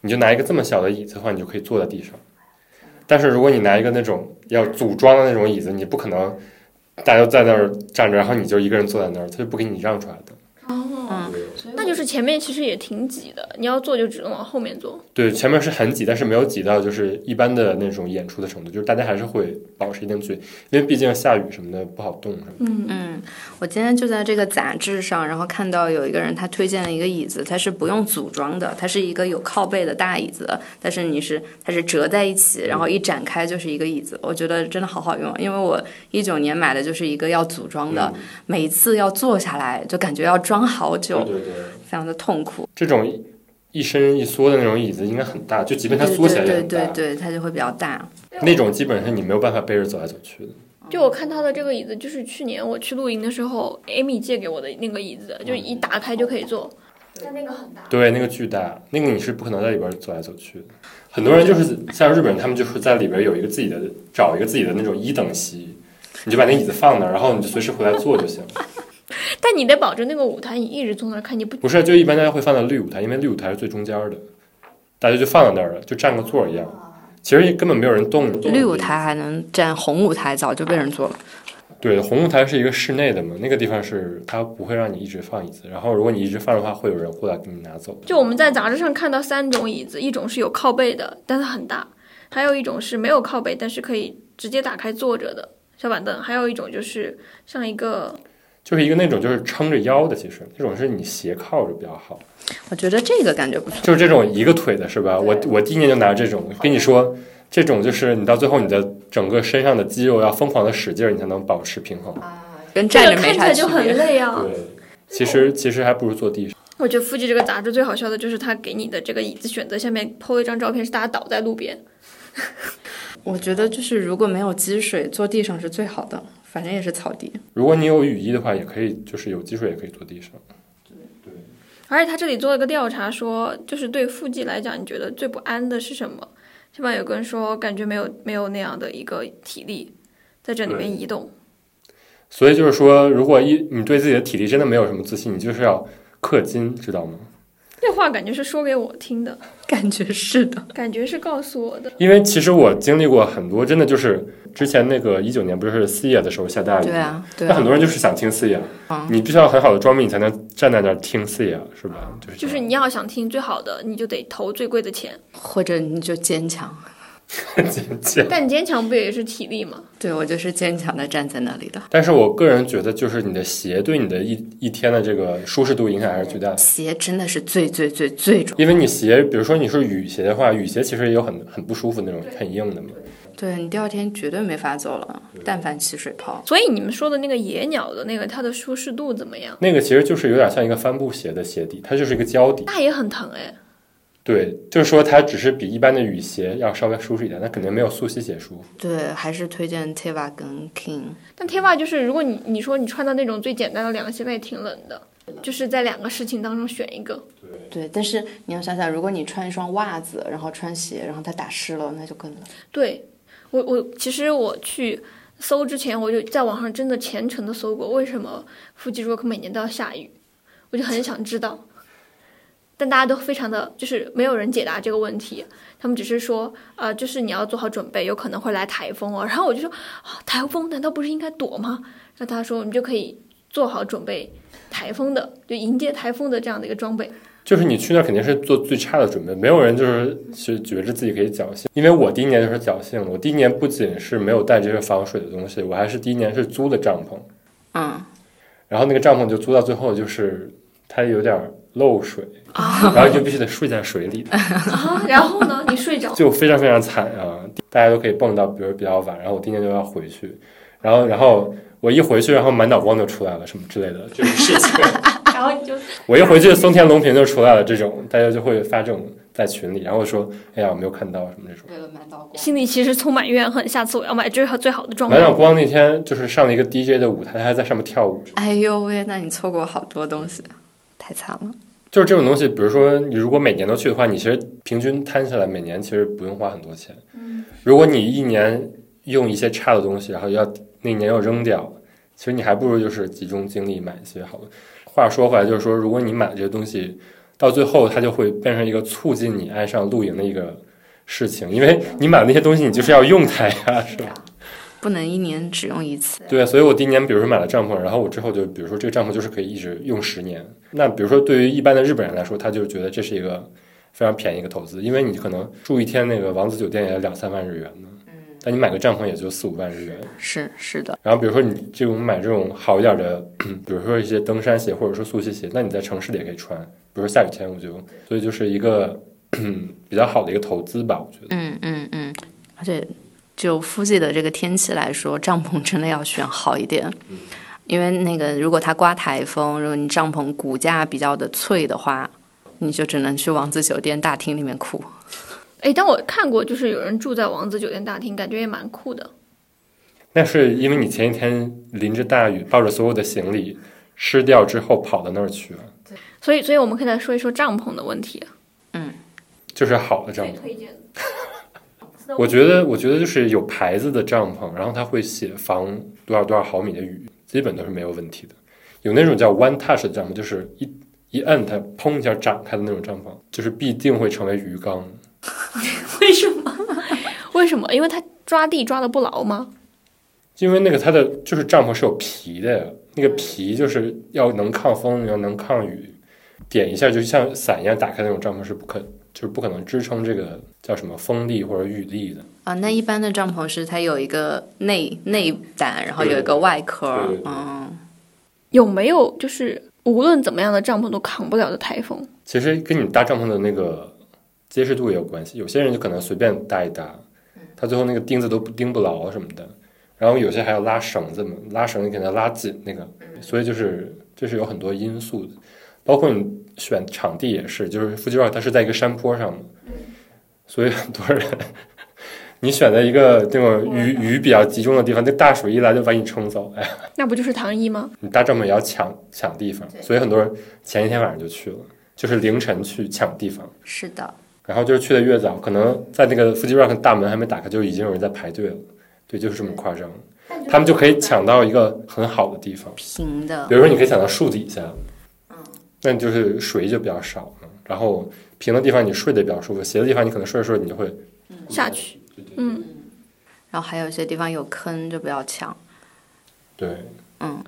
Speaker 1: 你就拿一个这么小的椅子的话，你就可以坐在地上。但是如果你拿一个那种要组装的那种椅子，你不可能大家都在那儿站着，然后你就一个人坐在那儿，他就不给你让出来的。
Speaker 4: 哦，
Speaker 1: 对
Speaker 4: 那就是前面其实也挺挤的，你要坐就只能往后面坐。
Speaker 1: 对，前面是很挤，但是没有挤到就是一般的那种演出的程度，就是大家还是会保持一定距离，因为毕竟下雨什么的不好动什么的。
Speaker 4: 嗯，
Speaker 3: 嗯，我今天就在这个杂志上，然后看到有一个人他推荐了一个椅子，它是不用组装的，它是一个有靠背的大椅子，但是你是它是折在一起，然后一展开就是一个椅子，我觉得真的好好用，因为我一九年买的就是一个要组装
Speaker 1: 嗯
Speaker 3: 的，每一次要坐下来就感觉要装好久，
Speaker 1: 对对对。
Speaker 3: 非常的痛苦。
Speaker 1: 这种一一伸一缩的那种椅子应该很大，就即便它缩起来也
Speaker 3: 对
Speaker 1: 很大。
Speaker 3: 对对对，它就会比较大。
Speaker 1: 那种基本上你没有办法背着走来走去的。
Speaker 4: 就我看他的这个椅子，就是去年我去露营的时候，Amy 借给我的那个椅子，就一打开就可以坐。 但那个很大。
Speaker 1: 对，那个巨大，那个你是不可能在里边走来走去的。很多人就是像日本人，他们就是在里边有一个自己的，找一个自己的那种一等席，你就把那椅子放那儿，然后你就随时回来坐就行。
Speaker 4: 但你得保证那个舞台，你一直从那儿看，你不
Speaker 1: 不是，就一般大家会放在绿舞台，因为绿舞台是最中间的，大家就放在那儿了，就占个座儿一样。其实根本没有人动。
Speaker 3: 绿舞台还能占红舞台，早就被
Speaker 1: 哎
Speaker 3: 人坐了。
Speaker 1: 对，红舞台是一个室内的嘛，那个地方是它不会让你一直放椅子，然后如果你一直放的话，会有人过来给你拿走。
Speaker 4: 就我们在杂志上看到三种椅子，一种是有靠背的，但它很大；还有一种是没有靠背，但是可以直接打开坐着的小板凳；还有一种就是像一个
Speaker 1: 就是一个那种就是撑着腰的，其实这种是你斜靠着比较好，
Speaker 3: 我觉得这个感觉不错。
Speaker 1: 就是这种一个腿的是吧？我我第一年就拿这种，跟你说，这种就是你到最后你的整个身上的肌肉要疯狂的使劲儿，你才能保持平
Speaker 3: 啊
Speaker 1: 衡。
Speaker 3: 跟
Speaker 4: 这
Speaker 3: 站
Speaker 4: 个
Speaker 3: 着
Speaker 4: 看
Speaker 3: 没
Speaker 4: 起
Speaker 3: 啥
Speaker 4: 来
Speaker 3: 区
Speaker 4: 就很
Speaker 3: 别。
Speaker 4: 累啊。
Speaker 1: 对，其实其实还不如坐地上。
Speaker 4: 我觉得《腹肌》这个杂志最好笑的就是它给你的这个椅子选择下面 PO 了一张照片，是大家倒在路边。
Speaker 3: 我觉得就是如果没有积水，坐地上是最好的，反正也是草地。
Speaker 1: 如果你有雨衣的话，也可以，就是有积水也可以坐地上。
Speaker 4: 而且他这里做了个调查说，就是对腹肌来讲，你觉得最不安的是什么？下面有个人说，感觉没有没有那样的一个体力在这里面移动。
Speaker 1: 所以就是说，如果一你对自己的体力真的没有什么自信，你就是要氪金，知道吗？
Speaker 4: 这话感觉是说给我听的，
Speaker 3: 感觉是的，
Speaker 4: 感觉是告诉我的。
Speaker 1: 因为其实我经历过很多，真的就是之前那个一九年不是四野的时候下大雨，
Speaker 3: 对啊，对
Speaker 1: 那很
Speaker 3: 啊，
Speaker 1: 多人就是想听四野，
Speaker 3: 啊
Speaker 1: 你必须要很好的装备，你才能站在那儿听四野，是吧？就是这
Speaker 4: 就是
Speaker 1: 样
Speaker 4: 你要想听最好的，你就得投最贵的钱。
Speaker 3: 或者你就坚强。
Speaker 1: 坚强。
Speaker 4: 但坚强不也是体力吗？
Speaker 3: 对我就是坚强的站在那里的。
Speaker 1: 但是我个人觉得，就是你的鞋对你的一一天的这个舒适度影响还是巨大的。
Speaker 3: 鞋真的是最最最最重要。
Speaker 1: 因为你鞋，比如说你是雨鞋的话，雨鞋其实也有很很不舒服那种很硬的嘛。
Speaker 3: 对你第二天绝对没法走了，但凡起水泡。
Speaker 4: 所以你们说的那个野鸟的那个，它的舒适度怎么样？
Speaker 1: 那个其实就是有点像一个帆布鞋的鞋底，它就是一个胶底。
Speaker 4: 那也很疼哎。
Speaker 1: 对，就是说它只是比一般的雨鞋要稍微舒适一点，但肯定没有溯溪鞋舒服。
Speaker 3: 对，还是推荐 Teva 跟 King。
Speaker 4: 但 Teva 就是，如果你你说你穿到那种最简单的凉鞋，那也挺冷的。就是在两个事情当中选一个，
Speaker 3: 对，但是你要想想，如果你穿一双袜子，然后穿鞋，然后它打湿了，那就更冷。
Speaker 4: 对我，我其实我去搜之前，我就在网上真的虔诚的搜过，为什么腹肌 rock 每年都要下雨，我就很想知道。但大家都非常的，就是没有人解答这个问题，他们只是说，呃，就是你要做好准备，有可能会来台风哦。然后我就说，啊、台风难道不是应该躲吗？那他说，你就可以做好准备台风的，就迎接台风的这样的一个装备。
Speaker 1: 就是你去那儿肯定是做最差的准备，没有人就是是觉着自己可以侥幸。因为我第一年就是侥幸了，我第一年不仅是没有带这些防水的东西，我还是第一年是租的帐篷，
Speaker 3: 嗯，
Speaker 1: 然后那个帐篷就租到最后就是它有点漏水，然后就必须得睡在水里，
Speaker 4: 啊，然后呢，你睡着，
Speaker 1: 就非常非常惨啊！大家都可以蹦到，比如比较晚，然后我第一年就要回去，然后然后我一回去，然后满脑光就出来了什么之类的这种事情。
Speaker 4: 然后你就
Speaker 1: 我一回去，松田龙平就出来了，这种大家就会发这种在群里，然后说：“哎呀，我没有看到什么这种。
Speaker 3: 为了满岛光
Speaker 4: 心里其实充满怨恨，下次我要买最好最好的”装
Speaker 1: 满
Speaker 4: 备。
Speaker 1: 脑光那天就是上了一个 DJ 的舞台，他还在上面跳舞。
Speaker 3: 哎呦喂，那你错过好多东西，太惨了。
Speaker 1: 就是这种东西，比如说你如果每年都去的话，你其实平均摊下来，每年其实不用花很多钱。如果你一年用一些差的东西，然后要那年又扔掉，其实你还不如就是集中精力买一些好的。话说回来，就是说，如果你买这些东西，到最后它就会变成一个促进你爱上露营的一个事情，因为你买那些东西，你就是要用它呀，是吧？
Speaker 3: 不能一年只用一次。
Speaker 1: 对啊，所以我第一年，比如说买了帐篷，然后我之后就，比如说这个帐篷就是可以一直用十年。那比如说对于一般的日本人来说，他就觉得这是一个非常便宜一个投资，因为你可能住一天那个王子酒店也两三万日元呢，但你买个帐篷也就四五万日元。
Speaker 3: 是是的，
Speaker 1: 然后比如说你这种买这种好一点的， 比如说一些登山鞋或者说溯溪鞋，那你在城市里也可以穿。比如说下雨天，我就所以就是一个 比较好的一个投资吧，我觉得。
Speaker 3: 嗯嗯嗯，而且就附近的这个天气来说，帐篷真的要选好一点。因为那个，如果它刮台风，如果你帐篷骨架比较的脆的话，你就只能去王子酒店大厅里面哭。
Speaker 4: 哎，但我看过，就是有人住在王子酒店大厅，感觉也蛮酷的。
Speaker 1: 那是因为你前一天淋着大雨，抱着所有的行李湿掉之后跑到那儿去了，
Speaker 4: 所以，所以我们可以来说一说帐篷的问题。啊
Speaker 1: 就是好的帐篷。
Speaker 4: 推荐
Speaker 1: 我觉得，我觉得就是有牌子的帐篷，然后它会写防多少多少毫米的雨，基本都是没有问题的。有那种叫 One Touch 的帐篷，就是一一摁它，砰一下展开的那种帐篷，就是必定会成为鱼缸。
Speaker 4: 为什么？为什么？因为它抓地抓的不牢吗？
Speaker 1: 因为那个它的就是帐篷是有皮的呀，那个皮就是要能抗风，要能抗雨，点一下就像伞一样打开那种帐篷是不可，就是不可能支撑这个叫什么风力或者雨力的。
Speaker 3: 啊，那一般的帐篷是它有一个内内胆，然后有一个外壳
Speaker 1: 对对，对
Speaker 3: 嗯，
Speaker 4: 有没有就是无论怎么样的帐篷都扛不了的台风？
Speaker 1: 其实跟你搭帐篷的那个结实度也有关系，有些人就可能随便搭一搭，他最后那个钉子都不钉不牢什么的，然后有些还要拉绳子嘛，拉绳子给它拉紧那个，所以就是这是有很多因素的，包括你选场地也是，就是夫妻绕它是在一个山坡上嘛，所以很多人 你选择一个那种雨雨比较集中的地方，那大水一来就把你冲走，哎，
Speaker 4: 那不就是糖衣吗？
Speaker 1: 你搭帐篷也要抢抢地方，所以很多人前一天晚上就去了，就是凌晨去抢地方。
Speaker 3: 是的，
Speaker 1: 然后就是去的越早，可能在那个腹肌 rock 大门还没打开，就已经有人在排队了。对，就是这么夸张。他们就可以抢到一个很好的地方，
Speaker 3: 平的
Speaker 1: 比，如说你可以抢到树底下，嗯那你就是水就比较少了。然后平的地方你睡得比较舒服，斜的地方你可能睡着睡着你就会
Speaker 4: 下去，嗯，
Speaker 3: 然后还有一些地方有坑，就不要抢。
Speaker 1: 对，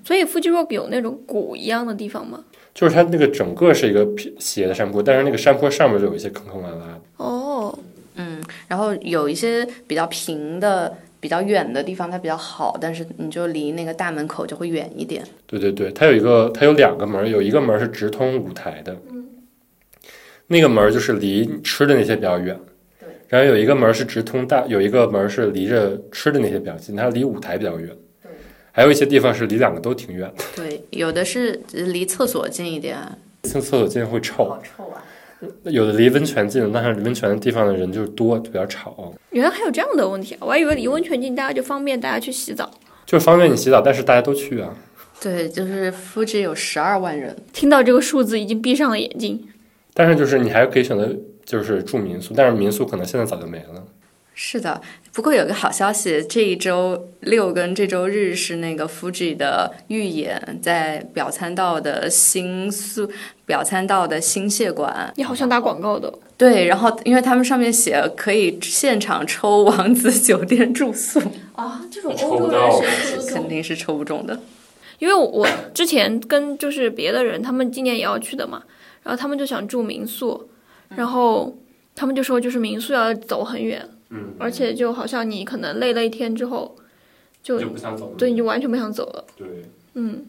Speaker 4: 所以腹肌 rock 有那种鼓一样的地方吗？
Speaker 1: 就是它那个整个是一个平斜的山坡，但是那个山坡上面就有一些坑坑洼洼的。
Speaker 4: 哦，
Speaker 3: 嗯，然后有一些比较平的、比较远的地方它比较好，但是你就离那个大门口就会远一点。
Speaker 1: 对对对，它有一个，它有两个门儿，有一个门儿是直通舞台的，
Speaker 3: 嗯
Speaker 1: 那个门儿就是离吃的那些比较远，然后有一个门儿是直通大，有一个门儿是离着吃的那些比较近，它离舞台比较远，还有一些地方是离两个都挺远的，
Speaker 3: 对，有的是离厕所近一点，
Speaker 1: 像厕所进会臭，嗯
Speaker 3: 臭啊！
Speaker 1: 有的离温泉近，但是离温泉的地方的人就多，就比较吵，
Speaker 4: 原来还有这样的问题啊！我还以为离温泉近，大家就方便大家去洗澡。
Speaker 1: 就方便你洗澡，但是大家都去啊，
Speaker 3: 对，就是富士有十二万人，
Speaker 4: 听到这个数字，已经闭上了眼睛。
Speaker 1: 但是就是你还可以选择就是住民宿，但是民宿可能现在早就没了。
Speaker 3: 是的，不过有个好消息，这一周六跟这周日是那个 Fuji 的预演，在表参道的新宿表参道的新蟹馆。
Speaker 4: 你好像打广告的哦，
Speaker 3: 对，然后因为他们上面写可以现场抽王子酒店住宿，
Speaker 4: 啊，这种
Speaker 1: 欧洲人谁
Speaker 3: 肯定是抽不中的。
Speaker 4: 因为我我之前跟就是别的人，他们今年也要去的嘛，然后他们就想住民宿，然后他们就说就是民宿要走很远，
Speaker 1: 嗯，
Speaker 4: 而且就好像你可能累了一天之后，就
Speaker 1: 不想走
Speaker 4: 对你就完全不想走了，
Speaker 1: 对，
Speaker 4: 嗯，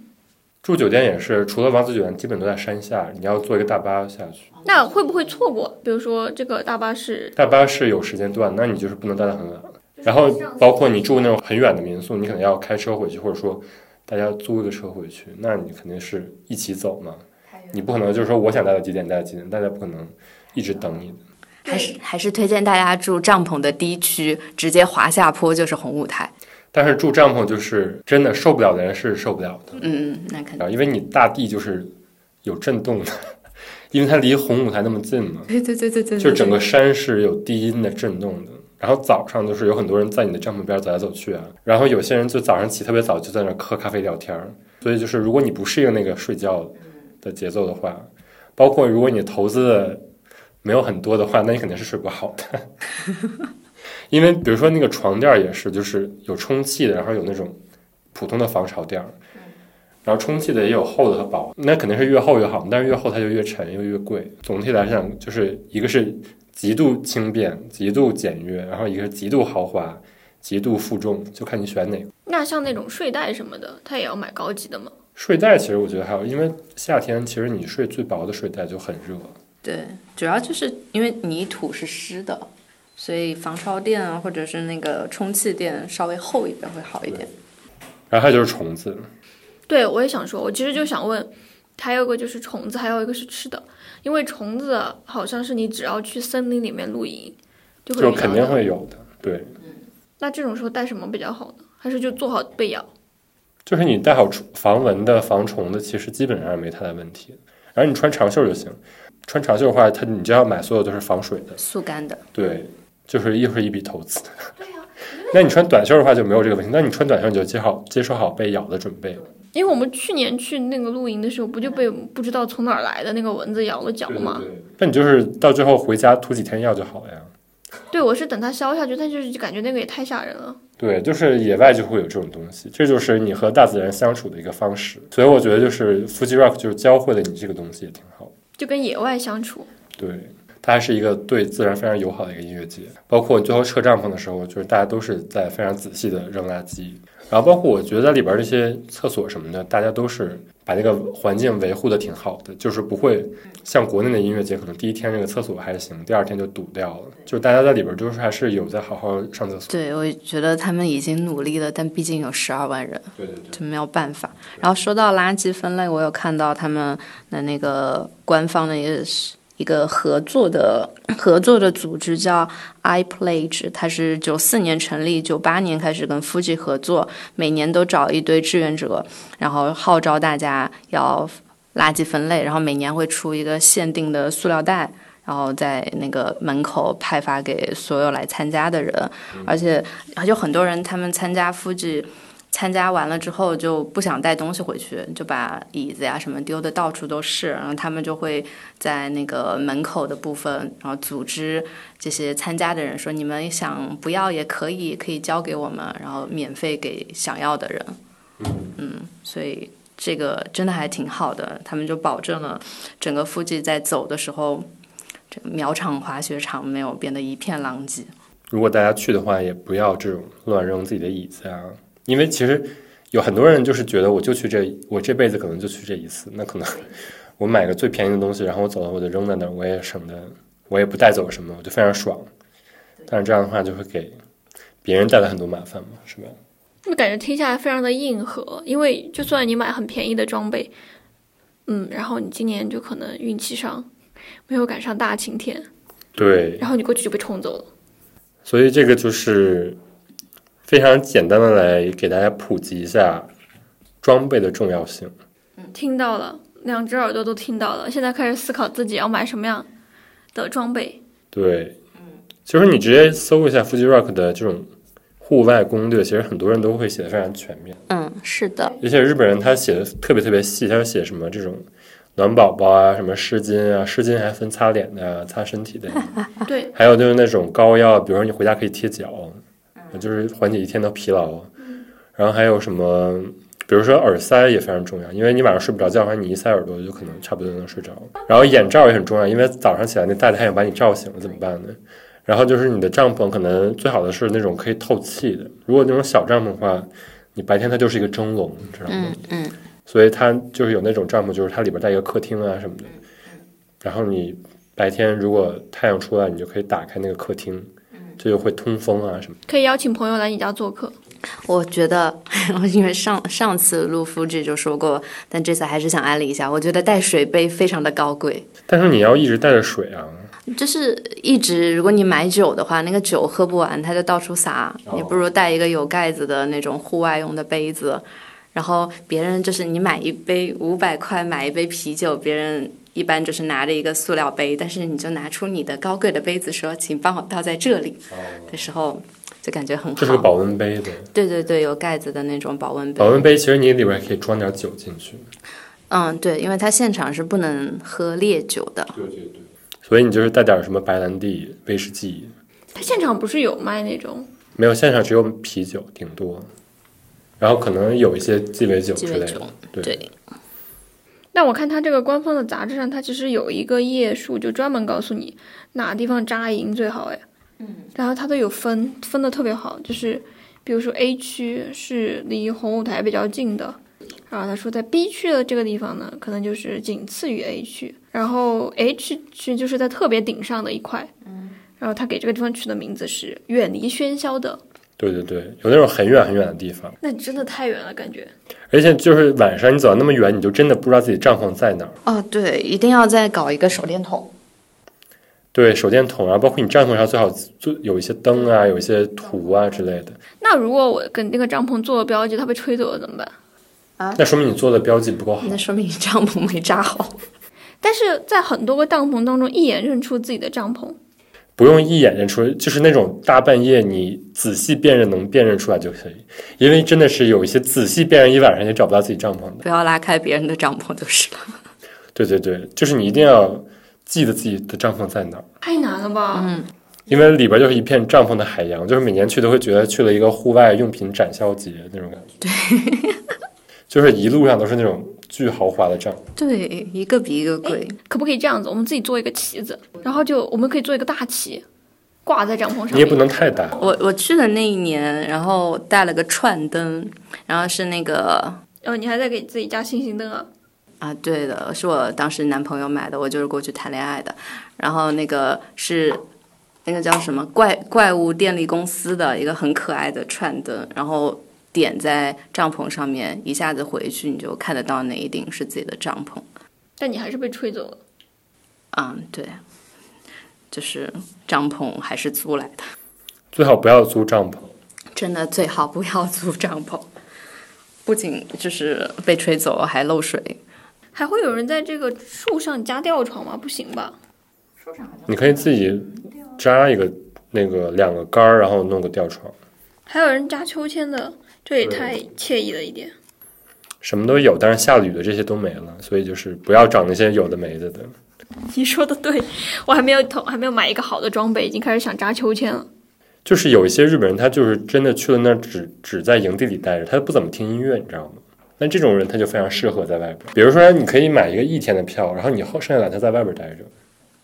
Speaker 1: 住酒店也是，除了王子酒店，基本都在山下，你要坐一个大巴下去。
Speaker 4: 那会不会错过？比如说这个大巴是
Speaker 1: 大巴是有时间段，那你就是不能待得很晚。然后包括你住那种很远的民宿，你可能要开车回去，或者说大家租一个车回去，那你肯定是一起走嘛。你不可能就是说我想待到几点待到几点，大家不可能一直等你的。
Speaker 3: 还是还是推荐大家住帐篷的低区，直接滑下坡就是红舞台。
Speaker 1: 但是住帐篷就是真的受不了的人是受不了的，
Speaker 3: 嗯，那肯定。
Speaker 1: 然后因为你大地就是有震动的， 因为它离红舞台那么近嘛。
Speaker 3: 对对对对对，
Speaker 1: 就是整个山是有低音的震动的。然后早上就是有很多人在你的帐篷边走来走去啊，然后有些人就早上起特别早，就在那儿喝咖啡聊天儿。所以就是如果你不适应那个睡觉的节奏的话，包括如果你投资的没有很多的话，那你肯定是睡不好 的。因为比如说那个床垫儿也是，就是有充气的，然后有那种普通的防潮垫儿，然后充气的也有厚的和薄，那肯定是越厚越好，但是越厚它就越沉又越贵。总体来讲，就是一个是极度轻便、极度简约，然后一个是极度豪华、极度负重，就看你选哪个。
Speaker 4: 那像那种睡袋什么的，它也要买高级的吗？
Speaker 1: 睡袋其实我觉得还有，因为夏天其实你睡最薄的睡袋就很热，
Speaker 3: 对，主要就是因为泥土是湿的，所以防潮垫啊，或者是那个充气垫稍微厚一点会好一点。
Speaker 1: 然后还有就是虫子，
Speaker 4: 对，我也想说，我其实就想问，还有个就是虫子，还有一个是吃的，因为虫子好像是你只要去森林里面露营，就会
Speaker 1: 就
Speaker 4: 遇到
Speaker 1: 肯定
Speaker 4: 的。
Speaker 1: 会有的。对，
Speaker 4: 那这种时候带什么比较好呢？还是就做好被咬？
Speaker 1: 就是你带好防蚊的、防虫的，其实基本上是没太大问题。然后你穿长袖就行，穿长袖的话，它你就要买所有都是防水的。
Speaker 3: 速干的，
Speaker 1: 对，就是又是一笔投资。 那你穿短袖的话就没有这个问题。那你穿短袖，你就接好接受好被咬的准备了。
Speaker 4: 因为我们去年去那个露营的时候，不就被不知道从哪儿来的那个蚊子咬了脚吗？
Speaker 1: 那你就是到最后回家涂几天药就好了呀。
Speaker 4: 对，我是等它消下去，但就是感觉那个也太吓人了。
Speaker 1: 对，就是野外就会有这种东西，这就是你和大自然相处的一个方式。所以我觉得就是 Fuji Rock 就是教会了你这个东西也挺好。
Speaker 4: 就跟野外相处，
Speaker 1: 对，它还是一个对自然非常友好的一个音乐节。包括最后撤帐篷的时候，就是大家都是在非常仔细的扔垃圾，然后包括我觉得在里边那些厕所什么的，大家都是把那个环境维护的挺好的，就是不会像国内的音乐节，可能第一天那个厕所还行，第二天就堵掉了。就是大家在里边就是还是有在好好上厕所。
Speaker 3: 对我觉得他们已经努力了，但毕竟有十二万人，
Speaker 1: 对对对。
Speaker 3: 这没有办法。然后说到垃圾分类，我有看到他们的那个呃官方的一个一个合作的 合作的组织叫 i Pledge，它是九四年成立，九八年开始跟 Fuji 合作，每年都找一堆志愿者，然后号召大家要垃圾分类，然后每年会出一个限定的塑料袋。然后在那个门口派发给所有来参加的人，而且有很多人他们参加 Fuji 参加完了之后就不想带东西回去，就把椅子呀、什么丢的到处都是，然后他们就会在那个门口的部分，然后组织这些参加的人说：“你们想不要也可以，可以交给我们，然后免费给想要的人。”嗯，所以这个真的还挺好的，他们就保证了整个附近在走的时候，这个苗场滑雪场没有变得一片狼藉。
Speaker 1: 如果大家去的话，也不要这种乱扔自己的椅子啊，因为其实有很多人就是觉得我就去这，我这辈子可能就去这一次，那可能 我买个最便宜的东西，然后我走了我就扔在那儿，我也省得，我也不带走什么，我就非常爽。但是这样的话就会给别人带来很多麻烦嘛，是吧？
Speaker 4: 就感觉听下来非常的硬核，因为就算你买很便宜的装备，嗯，然后你今年就可能运气上没有赶上大晴天，
Speaker 1: 对，
Speaker 4: 然后你过去就被冲走了。
Speaker 1: 所以这个就是非常简单的来给大家普及一下装备的重要性。
Speaker 4: 听到了，两只耳朵都听到了，现在开始思考自己要买什么样的装备。
Speaker 1: 对，就是你直接搜一下 Fuji Rock 的这种户外攻略，其实很多人都会写的非常全面。
Speaker 3: 嗯，是的，
Speaker 1: 而且日本人他写的特别特别细，他写什么这种暖宝宝啊，什么湿巾啊，湿巾还分擦脸的啊、擦身体的，
Speaker 4: 对，
Speaker 1: 还有就是那种膏药，比如说你回家可以贴脚，就是缓解一天的疲劳。然后还有什么，比如说耳塞也非常重要，因为你晚上睡不着觉的话，你一塞耳朵就可能差不多能睡着。然后眼罩也很重要，因为早上起来那大太阳把你照醒了怎么办呢？然后就是你的帐篷，可能最好的是那种可以透气的。如果那种小帐篷的话，你白天它就是一个蒸笼，你知道吗？
Speaker 3: 嗯嗯，
Speaker 1: 所以它就是有那种帐篷，就是它里边带一个客厅啊什么的。然后你白天如果太阳出来，你就可以打开那个客厅，
Speaker 3: 嗯
Speaker 1: 这就会通风啊什么的。
Speaker 4: 可以邀请朋友来你家做客。
Speaker 3: 我觉得，因为上上次录 Fuji 就说过，但这次还是想安利一下，我觉得带水杯非常的高贵。
Speaker 1: 但是你要一直带着水啊，
Speaker 3: 就是一直，如果你买酒的话，那个酒喝不完，它就到处洒。你不如带一个有盖子的那种户外用的杯子，然后别人就是你买一杯五百块买一杯啤酒，别人一般就是拿着一个塑料杯，但是你就拿出你的高贵的杯子说，请帮我倒在这里的时候，就感觉很
Speaker 1: 这是个
Speaker 3: 好。
Speaker 1: 保温杯的。
Speaker 3: 对对对，有盖子的那种保温杯
Speaker 1: 保。温杯其实你里边可以装点酒进去。
Speaker 3: 嗯，对，因为它现场是不能喝烈酒的。
Speaker 1: 对对对。所以你就是带点什么白兰地、威士忌，
Speaker 4: 他现场不是有卖那种
Speaker 1: 没有现场只有啤酒顶多，然后可能有一些鸡尾酒之
Speaker 3: 鸡
Speaker 1: 类
Speaker 3: 尾
Speaker 1: 的
Speaker 3: 酒。
Speaker 1: 对
Speaker 3: 对，
Speaker 4: 但我看它这个官方的杂志上，它其实有一个页数，就专门告诉你哪地方扎营最好哎。嗯，然后它都有分，分的特别好，就是比如说 A 区是离红舞台比较近的，然后他说在 B 区的这个地方呢，可能就是仅次于 A 区，然后 H 区就是在特别顶上的一块。嗯，然后他给这个地方取的名字是远离喧嚣的，
Speaker 1: 对对对，有那种很远很远的地方。
Speaker 4: 那真的太远了，感觉。
Speaker 1: 而且就是晚上你走到那么远，你就真的不知道自己帐篷在哪儿。
Speaker 3: 哦对，一定要再搞一个手电筒。
Speaker 1: 对手电筒啊，包括你帐篷上最好就有一些灯啊，有一些图啊之类的。
Speaker 4: 那如果我跟那个帐篷做了标记，它被吹走了怎么办？
Speaker 1: 那说明你做的标记不够好。
Speaker 3: 那说明你帐篷没扎好。
Speaker 4: 但是在很多个帐篷当中，一眼认出自己的帐篷，
Speaker 1: 不用一眼认出，就是那种大半夜你仔细辨认能辨认出来就可以，因为真的是有一些仔细辨认一晚上也找不到自己帐篷的。
Speaker 3: 不要拉开别人的帐篷就是了。
Speaker 1: 对对对，就是你一定要记得自己的帐篷在哪儿，
Speaker 4: 太难了吧？嗯，
Speaker 1: 因为里边就是一片帐篷的海洋，就是每年去都会觉得去了一个户外用品展销节那种感觉。对， 就是一路上都是那种巨豪华的帐篷。
Speaker 3: 对，一个比一个贵。
Speaker 4: 可不可以这样子？我们自己做一个旗子，然后就我们可以做一个大旗，挂在帐篷上面。
Speaker 1: 你也不能太大，
Speaker 3: 我我去的那一年，然后带了个串灯，然后是那个
Speaker 4: 呃，你还在给自己加星星灯啊？
Speaker 3: 啊，对的，是我当时男朋友买的，我就是过去谈恋爱的。然后那个是那个叫什么怪怪物电力公司的一个很可爱的串灯，然后点在帐篷上面，一下子回去你就看得到哪一顶是自己的帐篷。
Speaker 4: 但你还是被吹走了。
Speaker 3: 嗯，对，就是帐篷还是租来的。
Speaker 1: 最好不要租帐篷。
Speaker 3: 真的最好不要租帐篷，不仅就是被吹走，还漏水。
Speaker 4: 还会有人在这个树上加吊床吗？不行吧？
Speaker 1: 你可以自己扎一个那个两个杆儿，然后弄个吊床，
Speaker 4: 还有人扎秋千的，这也太惬意了一点。
Speaker 1: 什么都有。但是下了雨的这些都没了，所以就是不要找那些有的没的的。
Speaker 4: 你说的对，我还没有投，还没有买一个好的装备，已经开始想扎秋千了。
Speaker 1: 就是有一些日本人，他就是真的去了那儿只只在营地里待着，他不怎么听音乐，你知道吗？那这种人他就非常适合在外边。比如说，你可以买一个一天的票，然后你后剩下两天在外边待着，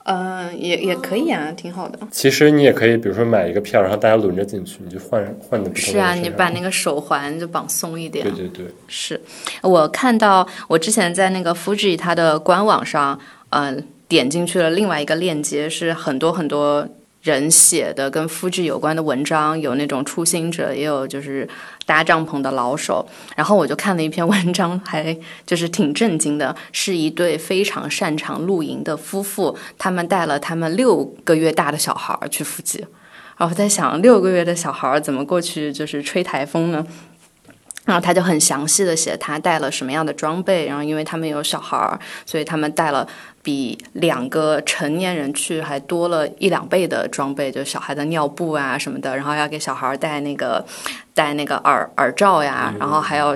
Speaker 3: 嗯、也也可以啊，挺好的。
Speaker 1: 其实你也可以，比如说买一个票，然后大家轮着进去，你就换换的不同的人身
Speaker 3: 是啊，
Speaker 1: 上。
Speaker 3: 你把那个手环就绑松一点
Speaker 1: 对。对对，
Speaker 3: 是我看到我之前在那个 Fuji 它的官网上，嗯、点进去了另外一个链接，是很多很多人写的跟 Fuji 有关的文章，有那种初心者，也有就是搭帐篷的老手。然后我就看了一篇 文章，还就是挺震惊的，是一对非常擅长露营的夫妇，他们带了他们六个月大的小孩儿去 Fuji。然后我在想，六个月的小孩儿怎么过去就是吹台风呢？然后他就很详细的写他带了什么样的装备，然后因为他们有小孩儿，所以他们带了比两个成年人去还多了一两倍的装备，就小孩的尿布啊什么的，然后要给小孩儿戴那个戴那个耳耳罩呀，然后还要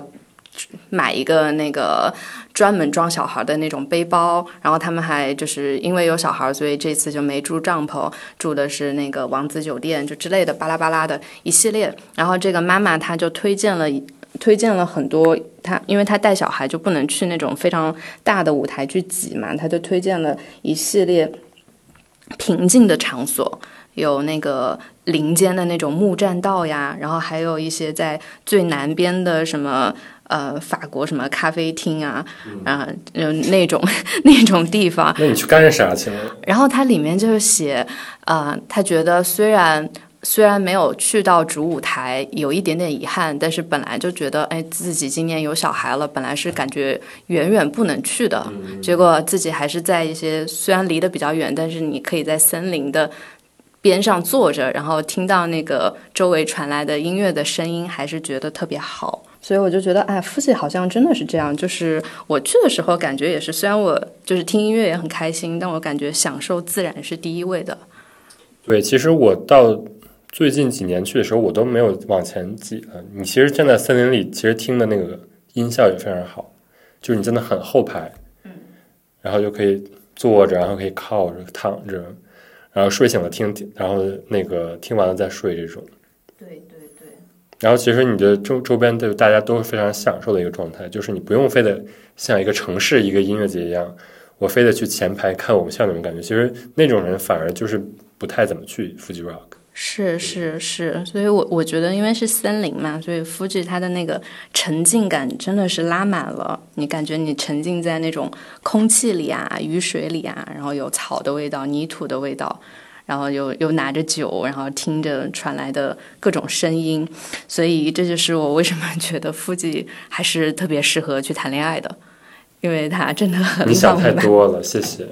Speaker 3: 买一个那个专门装小孩的那种背包，然后他们还就是因为有小孩，所以这次就没住帐篷，住的是那个王子酒店就之类的巴拉巴拉的一系列。然后这个妈妈她就推荐了一推荐了很多，她因为她带小孩就不能去那种非常大的舞台去挤嘛，她就推荐了一系列平静的场所，有那个林间的那种木栈道呀，然后还有一些在最南边的什么。呃，法国什么咖啡厅啊，啊、就那种 那种地方，
Speaker 1: 那你去干啥去了？
Speaker 3: 然后它里面就是写，呃，他觉得虽然虽然没有去到主舞台，有一点点遗憾，但是本来就觉得，哎，自己今年有小孩了，本来是感觉远远不能去的，结果自己还是在一些虽然离得比较远，但是你可以在森林的。边上坐着，然后听到那个周围传来的音乐的声音，还是觉得特别好，所以我就觉得，哎，夫妻好像真的是这样，就是我去的时候感觉也是，虽然我就是听音乐也很开心，但我感觉享受自然是第一位的。
Speaker 1: 对，其实我到最近几年去的时候，我都没有往前挤了。你其实站在森林里，其实听的那个音效也非常好，就是你真的很后排，
Speaker 3: 嗯
Speaker 1: 然后就可以坐着，然后可以靠着躺着，然后睡醒了听，然后那个听完了再睡这种。
Speaker 3: 对对对，
Speaker 1: 然后其实你的周周边的大家都是非常享受的一个状态，就是你不用非得像一个城市一个音乐节一样，我非得去前排看偶像那种感觉。其实那种人反而就是不太怎么去 Fuji Rock。
Speaker 3: 是是是，所以我我觉得因为是森林嘛，所以 Fuji 它的那个沉浸感真的是拉满了，你感觉你沉浸在那种空气里啊、雨水里啊，然后有草的味道、泥土的味道。然后又又拿着酒，然后听着传来的各种声音，所以这就是我为什么觉得 Fuji 还是特别适合去谈恋爱的，因为它真的很
Speaker 1: 你想
Speaker 3: 浪
Speaker 1: 太
Speaker 3: 漫
Speaker 1: 多了，谢谢。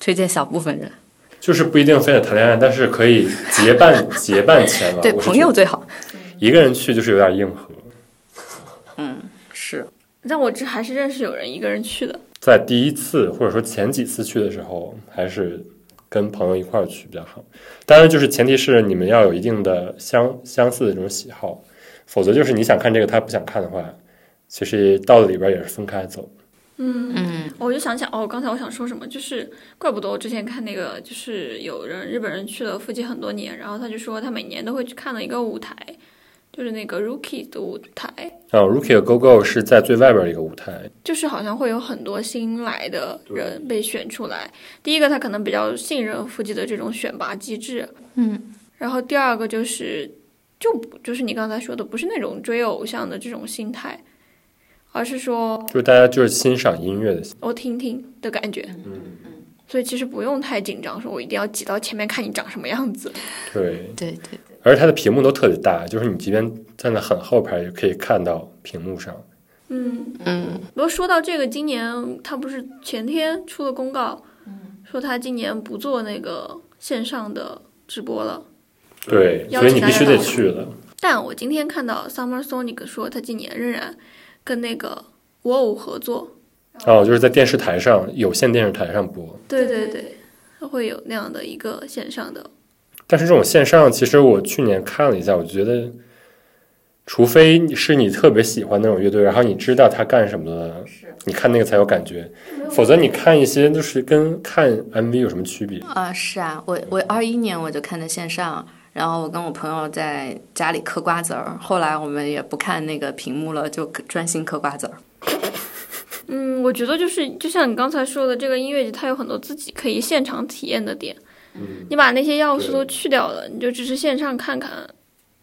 Speaker 3: 推荐小部分人，
Speaker 1: 啊就是不一定非得谈恋爱，但是可以结伴结伴前往。
Speaker 3: 对
Speaker 1: 我是
Speaker 3: 朋
Speaker 1: 觉
Speaker 3: 友
Speaker 1: 得
Speaker 3: 最好。
Speaker 1: 一个人去就是有点硬核，
Speaker 3: 是，
Speaker 4: 但我这还是认识有人一个人去的，
Speaker 1: 在第一次或者说前几次去的时候，还是跟朋友一块儿去比较好。当然，就是前提是你们要有一定的相相似的这种喜好，否则就是你想看这个他不想看的话，其实到了里边也是分开走。
Speaker 3: 嗯，
Speaker 4: 我就想起哦，刚才我想说什么，就是怪不得我之前看那个，就是有人日本人去了附近很多年，然后他就说他每年都会去看的一个舞台，就是那个 Rookie 的舞台，
Speaker 1: 啊，Rookie 和 GoGo 是在最外边的一个舞台，
Speaker 4: 就是好像会有很多新来的人被选出来。第一个他可能比较信任附近的这种选拔机制，
Speaker 3: 嗯，
Speaker 4: 然后第二个就是就不就是你刚才说的，不是那种追偶像的这种心态，而是说
Speaker 1: 就是大家就是欣赏音乐的。
Speaker 4: 我听听的感觉。所以其实不用太紧张，说我一定要挤到前面看你长什么样子。
Speaker 1: 对，
Speaker 3: 对对，
Speaker 1: 而它的屏幕都特别大，就是你即便站在很后排也可以看到屏幕上。
Speaker 4: 嗯，
Speaker 3: 嗯，
Speaker 4: 不过说到这个，今年他不是前天出了公告，说他今年不做那个线上的直播了。
Speaker 1: 对，
Speaker 4: 邀
Speaker 1: 所以你
Speaker 4: 请
Speaker 1: 必须
Speaker 4: 大
Speaker 1: 得
Speaker 4: 家到
Speaker 1: 去了。
Speaker 4: 但我今天看到 Summer Sonic 说他今年仍然跟那个 WOW 合作。
Speaker 1: 哦，就是在电视台上有线电视台上播，
Speaker 4: 对对对，他会有那样的一个线上的。
Speaker 1: 但是这种线上，其实我去年看了一下，我觉得，除非你是你特别喜欢那种乐队，然后你知道他干什么的，你看那个才有感觉，否则你看一些就是跟看 MV 有什么区别？
Speaker 3: 啊、是啊，我我二一年我就看的线上，然后我跟我朋友在家里嗑瓜子儿，后来我们也不看那个屏幕了，就专心嗑瓜子儿。
Speaker 4: 嗯，我觉得就是就像你刚才说的，这个音乐节它有很多自己可以现场体验的点，你把那些要素都去掉了，你就只是线上看看。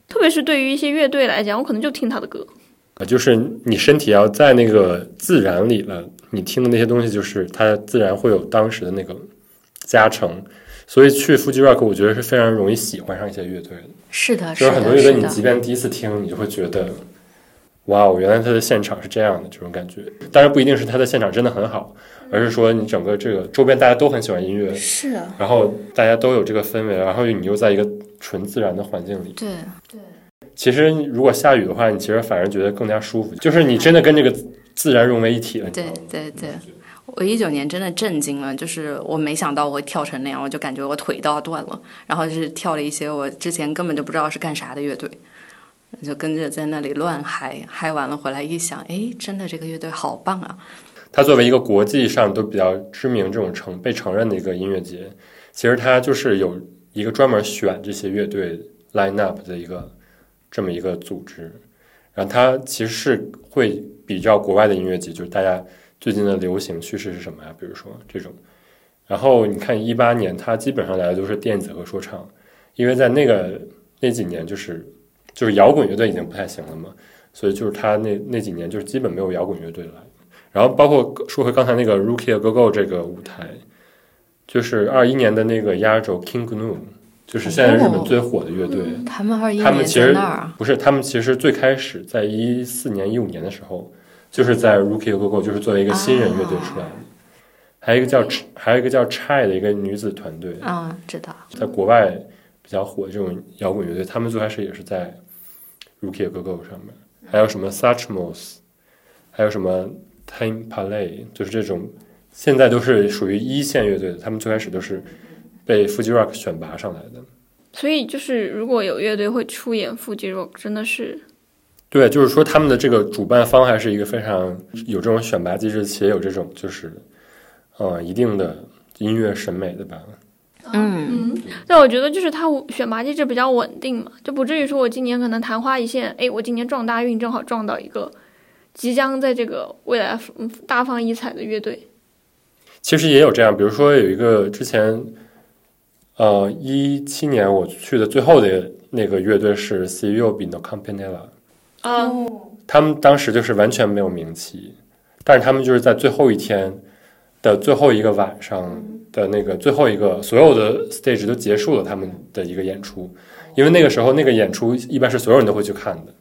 Speaker 4: 特别是对于一些乐队来讲，我可能就听他的歌。
Speaker 1: 啊，就是你身体要在那个自然里了，你听的那些东西，就是它自然会有当时的那个加成。所以去 Fuji Rock，我觉得是非常容易喜欢上一些乐队的，
Speaker 3: 是的，
Speaker 1: 就是是
Speaker 3: 的，
Speaker 1: 很多乐队，
Speaker 3: 是
Speaker 1: 你
Speaker 3: 的
Speaker 1: 即便第一次听，你就会觉得，哇哦，原来他的现场是这样的这种感觉。当然不一定是他的现场真的很好，而是说你整个这个周边大家都很喜欢音乐，
Speaker 3: 是的，
Speaker 1: 然后大家都有这个氛围，然后你又在一个纯自然的环境里。
Speaker 3: 对，
Speaker 1: 其实如果下雨的话，你其实反而觉得更加舒服，就是你真的跟这个自然融为一体了。你知道
Speaker 3: 对
Speaker 1: 吗，
Speaker 3: 对对，我一九年真的震惊了，就是我没想到我会跳成那样，我就感觉我腿都要断了，然后就是跳了一些我之前根本就不知道是干啥的乐队，就跟着在那里乱嗨，嗨完了回来一想，哎，真的这个乐队好棒啊！
Speaker 1: 它作为一个国际上都比较知名这种承被承认的一个音乐节，其实它就是有一个专门选这些乐队 line up 的一个这么一个组织，然后它其实是会比较国外的音乐节，就是大家最近的流行趋势是什么呀、比如说这种，然后你看一八年，它基本上来的都是电子和说唱，因为在那个那几年就是就是摇滚乐队已经不太行了嘛，所以就是它那那几年就是基本没有摇滚乐队来。然后包括说回刚才那个 Rookie 的 Go Go 这个舞台，就是二一年的那个压轴 King Gnu，就是现在日本最火的乐队。
Speaker 3: 他们二一
Speaker 1: 他们
Speaker 3: 年
Speaker 1: 其
Speaker 3: 在
Speaker 1: 实
Speaker 3: 那儿啊，
Speaker 1: 不是，他们其实最开始在一四年、一五年的时候，就是在 Rookie Go Go，就是作为一个新人乐
Speaker 3: 啊
Speaker 1: 队出来的。还有一个叫 Ch- 还有一个叫 Chai 的一个女子团队，
Speaker 3: 嗯，知道，
Speaker 1: 在国外比较火的这种摇滚乐队，他们最开始也是在 Rookie Go Go 上面，还有什么 Suchmos，还有什么 Time Palay，就是这种现在都是属于一线乐队的，他们最开始都是被 Fuji Rock 选拔上来的。
Speaker 4: 所以就是如果有乐队会出演腹肌 rock，真的是
Speaker 1: 对，就是说他们的这个主办方还是一个非常有这种选拔机制，且有这种就是呃一定的音乐审美的吧。
Speaker 3: 嗯，
Speaker 4: 但我觉得就是它选拔机制比较稳定嘛，就不至于说我今年可能昙花一现，哎，我今年撞大运，正好撞到一个即将在这个未来嗯大放异彩的乐队。
Speaker 1: 其实也有这样，比如说有一个之前，呃，一七年我去的最后的那个乐队是 c u b No Campanella，
Speaker 4: 啊、
Speaker 1: 他们当时就是完全没有名气，但是他们就是在最后一天的最后一个晚上的那个最后一个所有的 stage 都结束了他们的一个演出，因为那个时候那个演出一般是所有人都会去看的。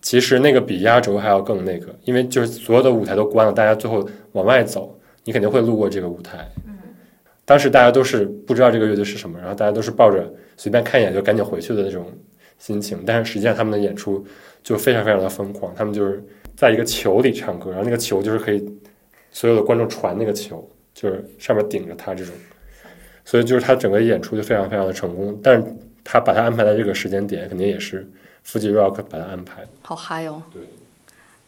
Speaker 1: 其实那个比压轴还要更那个，因为就是所有的舞台都关了，大家最后往外走，你肯定会路过这个舞台。当时大家都是不知道这个乐队是什么，然后大家都是抱着随便看一眼就赶紧回去的那种心情，但是实际上他们的演出就非常非常的疯狂，他们就是在一个球里唱歌，然后那个球就是可以所有的观众传那个球，就是上面顶着他这种，所以就是他整个演出就非常非常的成功，但是他把他安排在这个时间点，肯定也是 Fuji Rock 把他安排的。
Speaker 3: 好嗨哦。
Speaker 1: 对。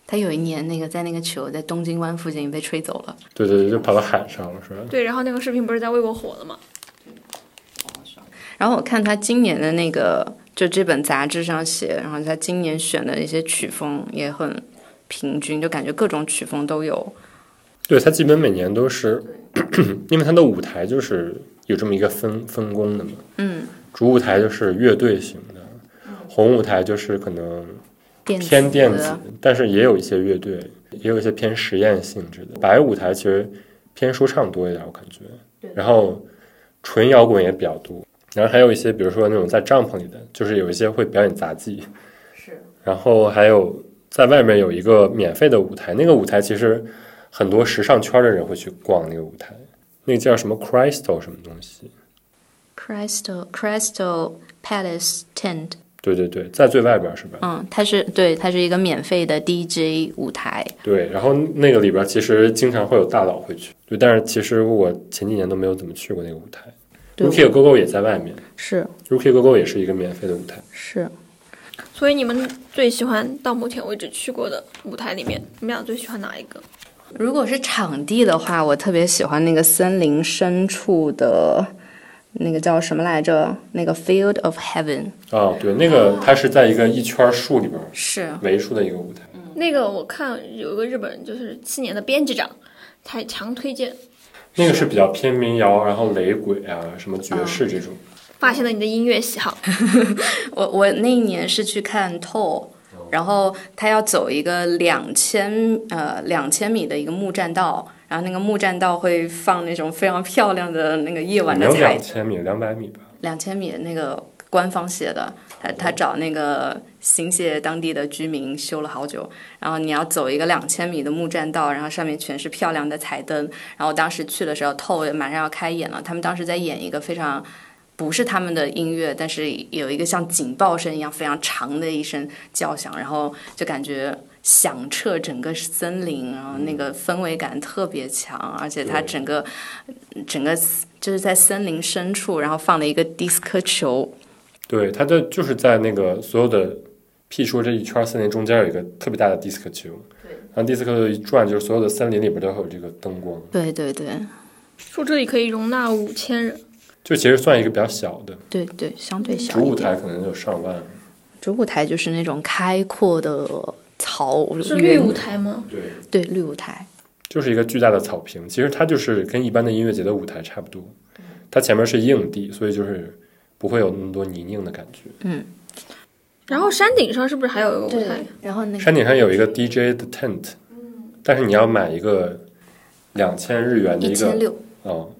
Speaker 3: 他有一年那个在那个球在东京湾附近被吹走了，
Speaker 1: 对对对，就跑到海上了，是吧？
Speaker 4: 对，然后那个视频不是在微博火了嘛？
Speaker 3: 然后我看他今年的那个，就这本杂志上写，然后他今年选的一些曲风也很平均，就感觉各种曲风都有。
Speaker 1: 对，他基本每年都是， 因为他的舞台就是有这么一个分分工的嘛。
Speaker 3: 嗯，
Speaker 1: 主舞台就是乐队型的，红舞台就是可能
Speaker 3: 电子
Speaker 1: 偏电子，但是也有一些乐队，也有一些偏实验性质的。白舞台其实偏说唱多一点，我感觉。然后纯摇滚也比较多，然后还有一些，比如说那种在帐篷里的，就是有一些会表演杂技。是。 然后还有在外面有一个免费的舞台，那个舞台其实很多时尚圈的人会去逛那个舞台，那个叫什么 Crystal 什么东西。
Speaker 3: Crystal Crystal Palace Tent，
Speaker 1: 对对对，在最外边是吧？
Speaker 3: 嗯，它是对，它是一个免费的 DJ 舞台，
Speaker 1: 对，然后那个里边其实经常会有大佬会去，对，但是其实我前几年都没有怎么去过那个舞台。
Speaker 3: 对
Speaker 1: Rookie Go Go 也在外面
Speaker 3: 是
Speaker 1: ，Rookie Go Go 也是一个免费的舞台。
Speaker 3: 是，
Speaker 4: 所以你们最喜欢到目前为止去过的舞台里面，你们俩最喜欢哪一个？
Speaker 3: 如果是场地的话，我特别喜欢那个森林深处的，那个叫什么来着？那个
Speaker 1: 啊
Speaker 3: Field of Heaven。
Speaker 1: 哦，对，那个它是在一个一圈树里边
Speaker 3: 是
Speaker 1: 围出的一个舞台。嗯，
Speaker 4: 那个我看有一个日本人，就是七年的编辑长，他强推荐。
Speaker 1: 那个是比较偏民谣，然后雷鬼啊，什么爵士这
Speaker 3: 嗯
Speaker 1: 种。
Speaker 4: 发现了你的音乐喜好，
Speaker 3: 我我那一年是去看 TOL，然后他要走一个两千呃两千米的一个木栈道，然后那个木栈道会放那种非常漂亮的那个夜晚
Speaker 1: 没
Speaker 3: 的
Speaker 1: 有
Speaker 3: 彩
Speaker 1: 两千米，两百米吧。
Speaker 3: 两千米那个官方写的，他他找那个新泻当地的居民修了好久，然后你要走一个两千米的木栈道，然后上面全是漂亮的彩灯，然后当时去的时候透也马上要开演了，他们当时在演一个非常。不是他们的音乐，但是有一个像警报声一样非常长的一声叫响，然后就感觉响彻整个森林，然后那个氛围感特别强，而且它
Speaker 1: 对
Speaker 3: 整个整个就是在森林深处，然后放了一个迪斯科球，
Speaker 1: 对，它的就是在那个所有的 P 说这一圈森林中间有一个特别大的 disco 球，然后 disco 球一转，就是所有的森林里边都会有这个灯光，
Speaker 3: 对对对
Speaker 4: 说这里可以容纳五千人，
Speaker 1: 就其实算一个比较小的
Speaker 3: 对对，相对小
Speaker 1: 主
Speaker 3: 一
Speaker 1: 舞
Speaker 3: 点。
Speaker 1: 台，可能有上万。
Speaker 3: 主舞台就是那种开阔的草
Speaker 4: 是绿舞
Speaker 3: 原
Speaker 4: 台吗？
Speaker 1: 对，
Speaker 3: 对绿舞台，
Speaker 1: 就是一个巨大的草坪，其实它就是跟一般的音乐节的舞台差不多，它前面是硬地，所以就是不会有那么多泥泞的感觉。
Speaker 4: 然后山顶上是不是还有一个舞台？，
Speaker 3: 然后那
Speaker 1: 山
Speaker 3: 个
Speaker 1: 顶上有一个 DJ 的 tent，但是你要买一个两千日元的
Speaker 3: 一
Speaker 1: 一
Speaker 3: 千
Speaker 1: 个
Speaker 3: 六
Speaker 1: 哦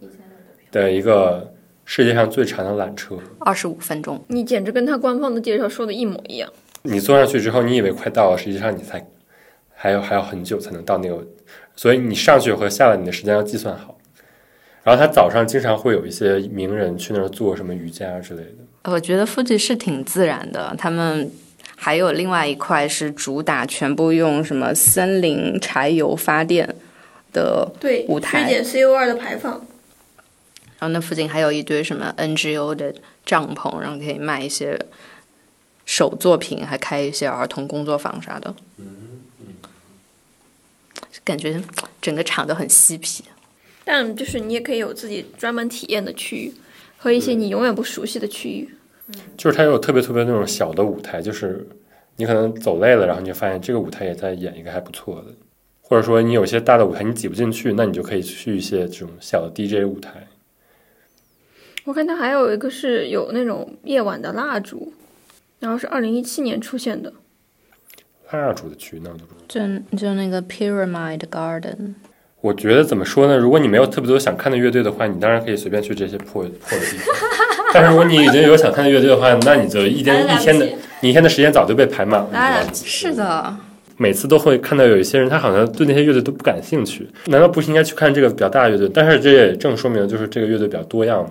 Speaker 1: 的一个世界上最长的缆车，
Speaker 3: 二十五分钟，
Speaker 4: 你简直跟他官方的介绍说的一模一样。
Speaker 1: 你坐上去之后，你以为快到了，实际上你才还有还要很久才能到那个，所以你上去和下来你的时间要计算好。然后他早上经常会有一些名人去那儿做什么瑜伽之类的。
Speaker 3: 我觉得富士是挺自然的，他们还有另外一块是主打全部用什么森林柴油发电的，
Speaker 4: 对
Speaker 3: 舞台
Speaker 4: 削减 CO2 的排放。
Speaker 3: 然后那附近还有一堆什么 NGO 的帐篷，然后可以卖一些手作品，还开一些儿童工作坊啥的。感觉整个场都很嬉皮，
Speaker 4: 但就是你也可以有自己专门体验的区域，和一些你永远不熟悉的区域。
Speaker 1: 就是它有特别特别那种小的舞台，就是你可能走累了，然后你就发现这个舞台也在演一个还不错的，或者说你有一些大的舞台你挤不进去，那你就可以去一些这种小的 DJ 舞台。
Speaker 4: 我看它还有一个是有那种夜晚的蜡烛，然后是二零一七年出现的。
Speaker 1: 蜡烛的区那种，
Speaker 3: 就就那个 Pyramid Garden，
Speaker 1: 我觉得怎么说呢？如果你没有特别多想看的乐队的话，你当然可以随便去这些破破的地方。但是如果你已经有想看的乐队的话，那你就一天一天的 你一天的时间早就被排满了。
Speaker 4: 来来
Speaker 1: 你知道吗
Speaker 3: 是的，
Speaker 1: 每次都会看到有一些人，他好像对那些乐队都不感兴趣。难道不是应该去看这个比较大的乐队？但是这也正说明就是这个乐队比较多样嘛。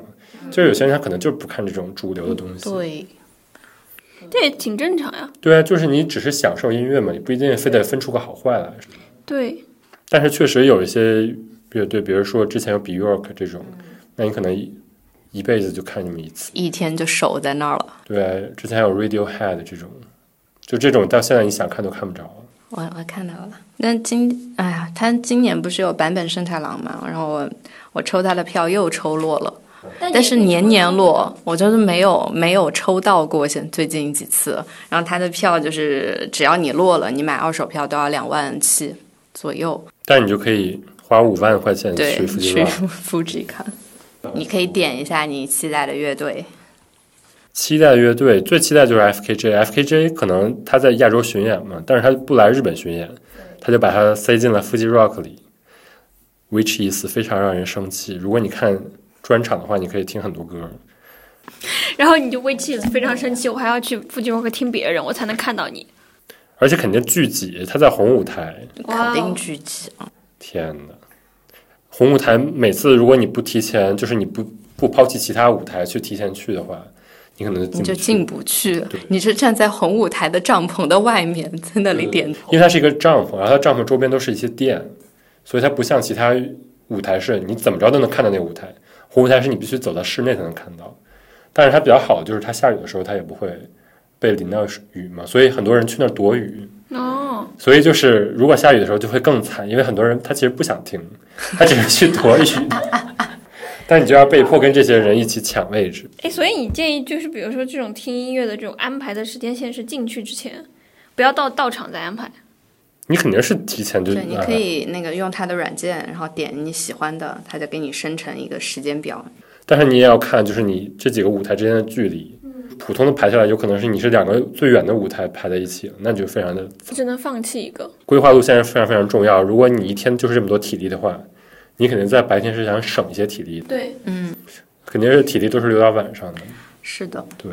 Speaker 1: 就是有些人他可能就是不看这种主流的东西。
Speaker 3: 对，
Speaker 4: 这也挺正常呀。
Speaker 1: 对啊，就是你只是享受音乐嘛，你不一定非得分出个好坏来。
Speaker 4: 对，
Speaker 1: 但是确实有一些乐队，比如说之前有 b e y o r k 这种，
Speaker 3: 嗯
Speaker 1: 那你可能一一辈子就看你们一次。
Speaker 3: 一天就守在那儿了。
Speaker 1: 对啊，之前还有 Radiohead 这种，就这种到现在你想看都看不着。
Speaker 3: 我我看到了。那今哎呀，他今年不是有坂本慎太郎嘛？然后我我抽他的票又抽落了，但是年年落，我就是没有没有抽到过现最近几次。然后他的票就是只要你落了，你买二手票都要两万七左右，
Speaker 1: 但你就可以花五万块钱
Speaker 3: 对，
Speaker 1: 去附近
Speaker 3: 去
Speaker 1: 玩。
Speaker 3: Fuji 看。你可以点一下你期待的乐队，
Speaker 1: 期待乐队最期待就是 FKJ。FKJ 可能他在亚洲巡演嘛，但是他不来日本巡演，他就把它塞进了 Fuji Rock 里，which is 非常让人生气。如果你看专场的话，你可以听很多歌。
Speaker 4: 然后你就为 cheese 非常生气，我还要去附近我会听别人，我才能看到你。
Speaker 1: 而且肯定巨挤，他在红舞台，
Speaker 3: 肯定聚集啊！
Speaker 1: 天呐，红舞台每次如果你不提前，就是你不不抛弃其他舞台去提前去的话，你可能
Speaker 3: 你就
Speaker 1: 就进
Speaker 3: 进
Speaker 1: 不去，
Speaker 3: 不去，你是站在红舞台的帐篷的外面，在那里点
Speaker 1: 因为它是一个帐篷，然后它帐篷周边都是一些店，所以它不像其他舞台是你怎么着都能看到那个舞台，红舞台是你必须走到室内才能看到。但是它比较好的就是它下雨的时候它也不会被淋到雨嘛，所以很多人去那儿躲雨。
Speaker 4: 哦，
Speaker 1: 所以就是，如果下雨的时候就会更惨，因为很多人他其实不想听， 他只是去躲雨。 但你就要被迫跟这些人一起抢位置。
Speaker 4: 哎，所以你建议就是，比如说这种听音乐的这种安排的时间线是进去之前，不要到到场再安排。
Speaker 1: 你肯定是提前就啊
Speaker 3: 对，你
Speaker 1: 安排
Speaker 3: 可以那个用它的软件，然后点你喜欢的，它就给你生成一个时间表。
Speaker 1: 但是你也要看，就是你这几个舞台之间的距离。
Speaker 3: 嗯
Speaker 1: 普通的排下来，有可能是你是两个最远的舞台排在一起，那你就非常的
Speaker 4: 只能放弃一个。
Speaker 1: 规划路线是非常非常重要。如果你一天就是这么多体力的话，你肯定在白天是想省一些体力的，
Speaker 4: 对，
Speaker 3: 嗯，
Speaker 1: 肯定是体力都是留到晚上的。
Speaker 3: 是的。
Speaker 1: 对，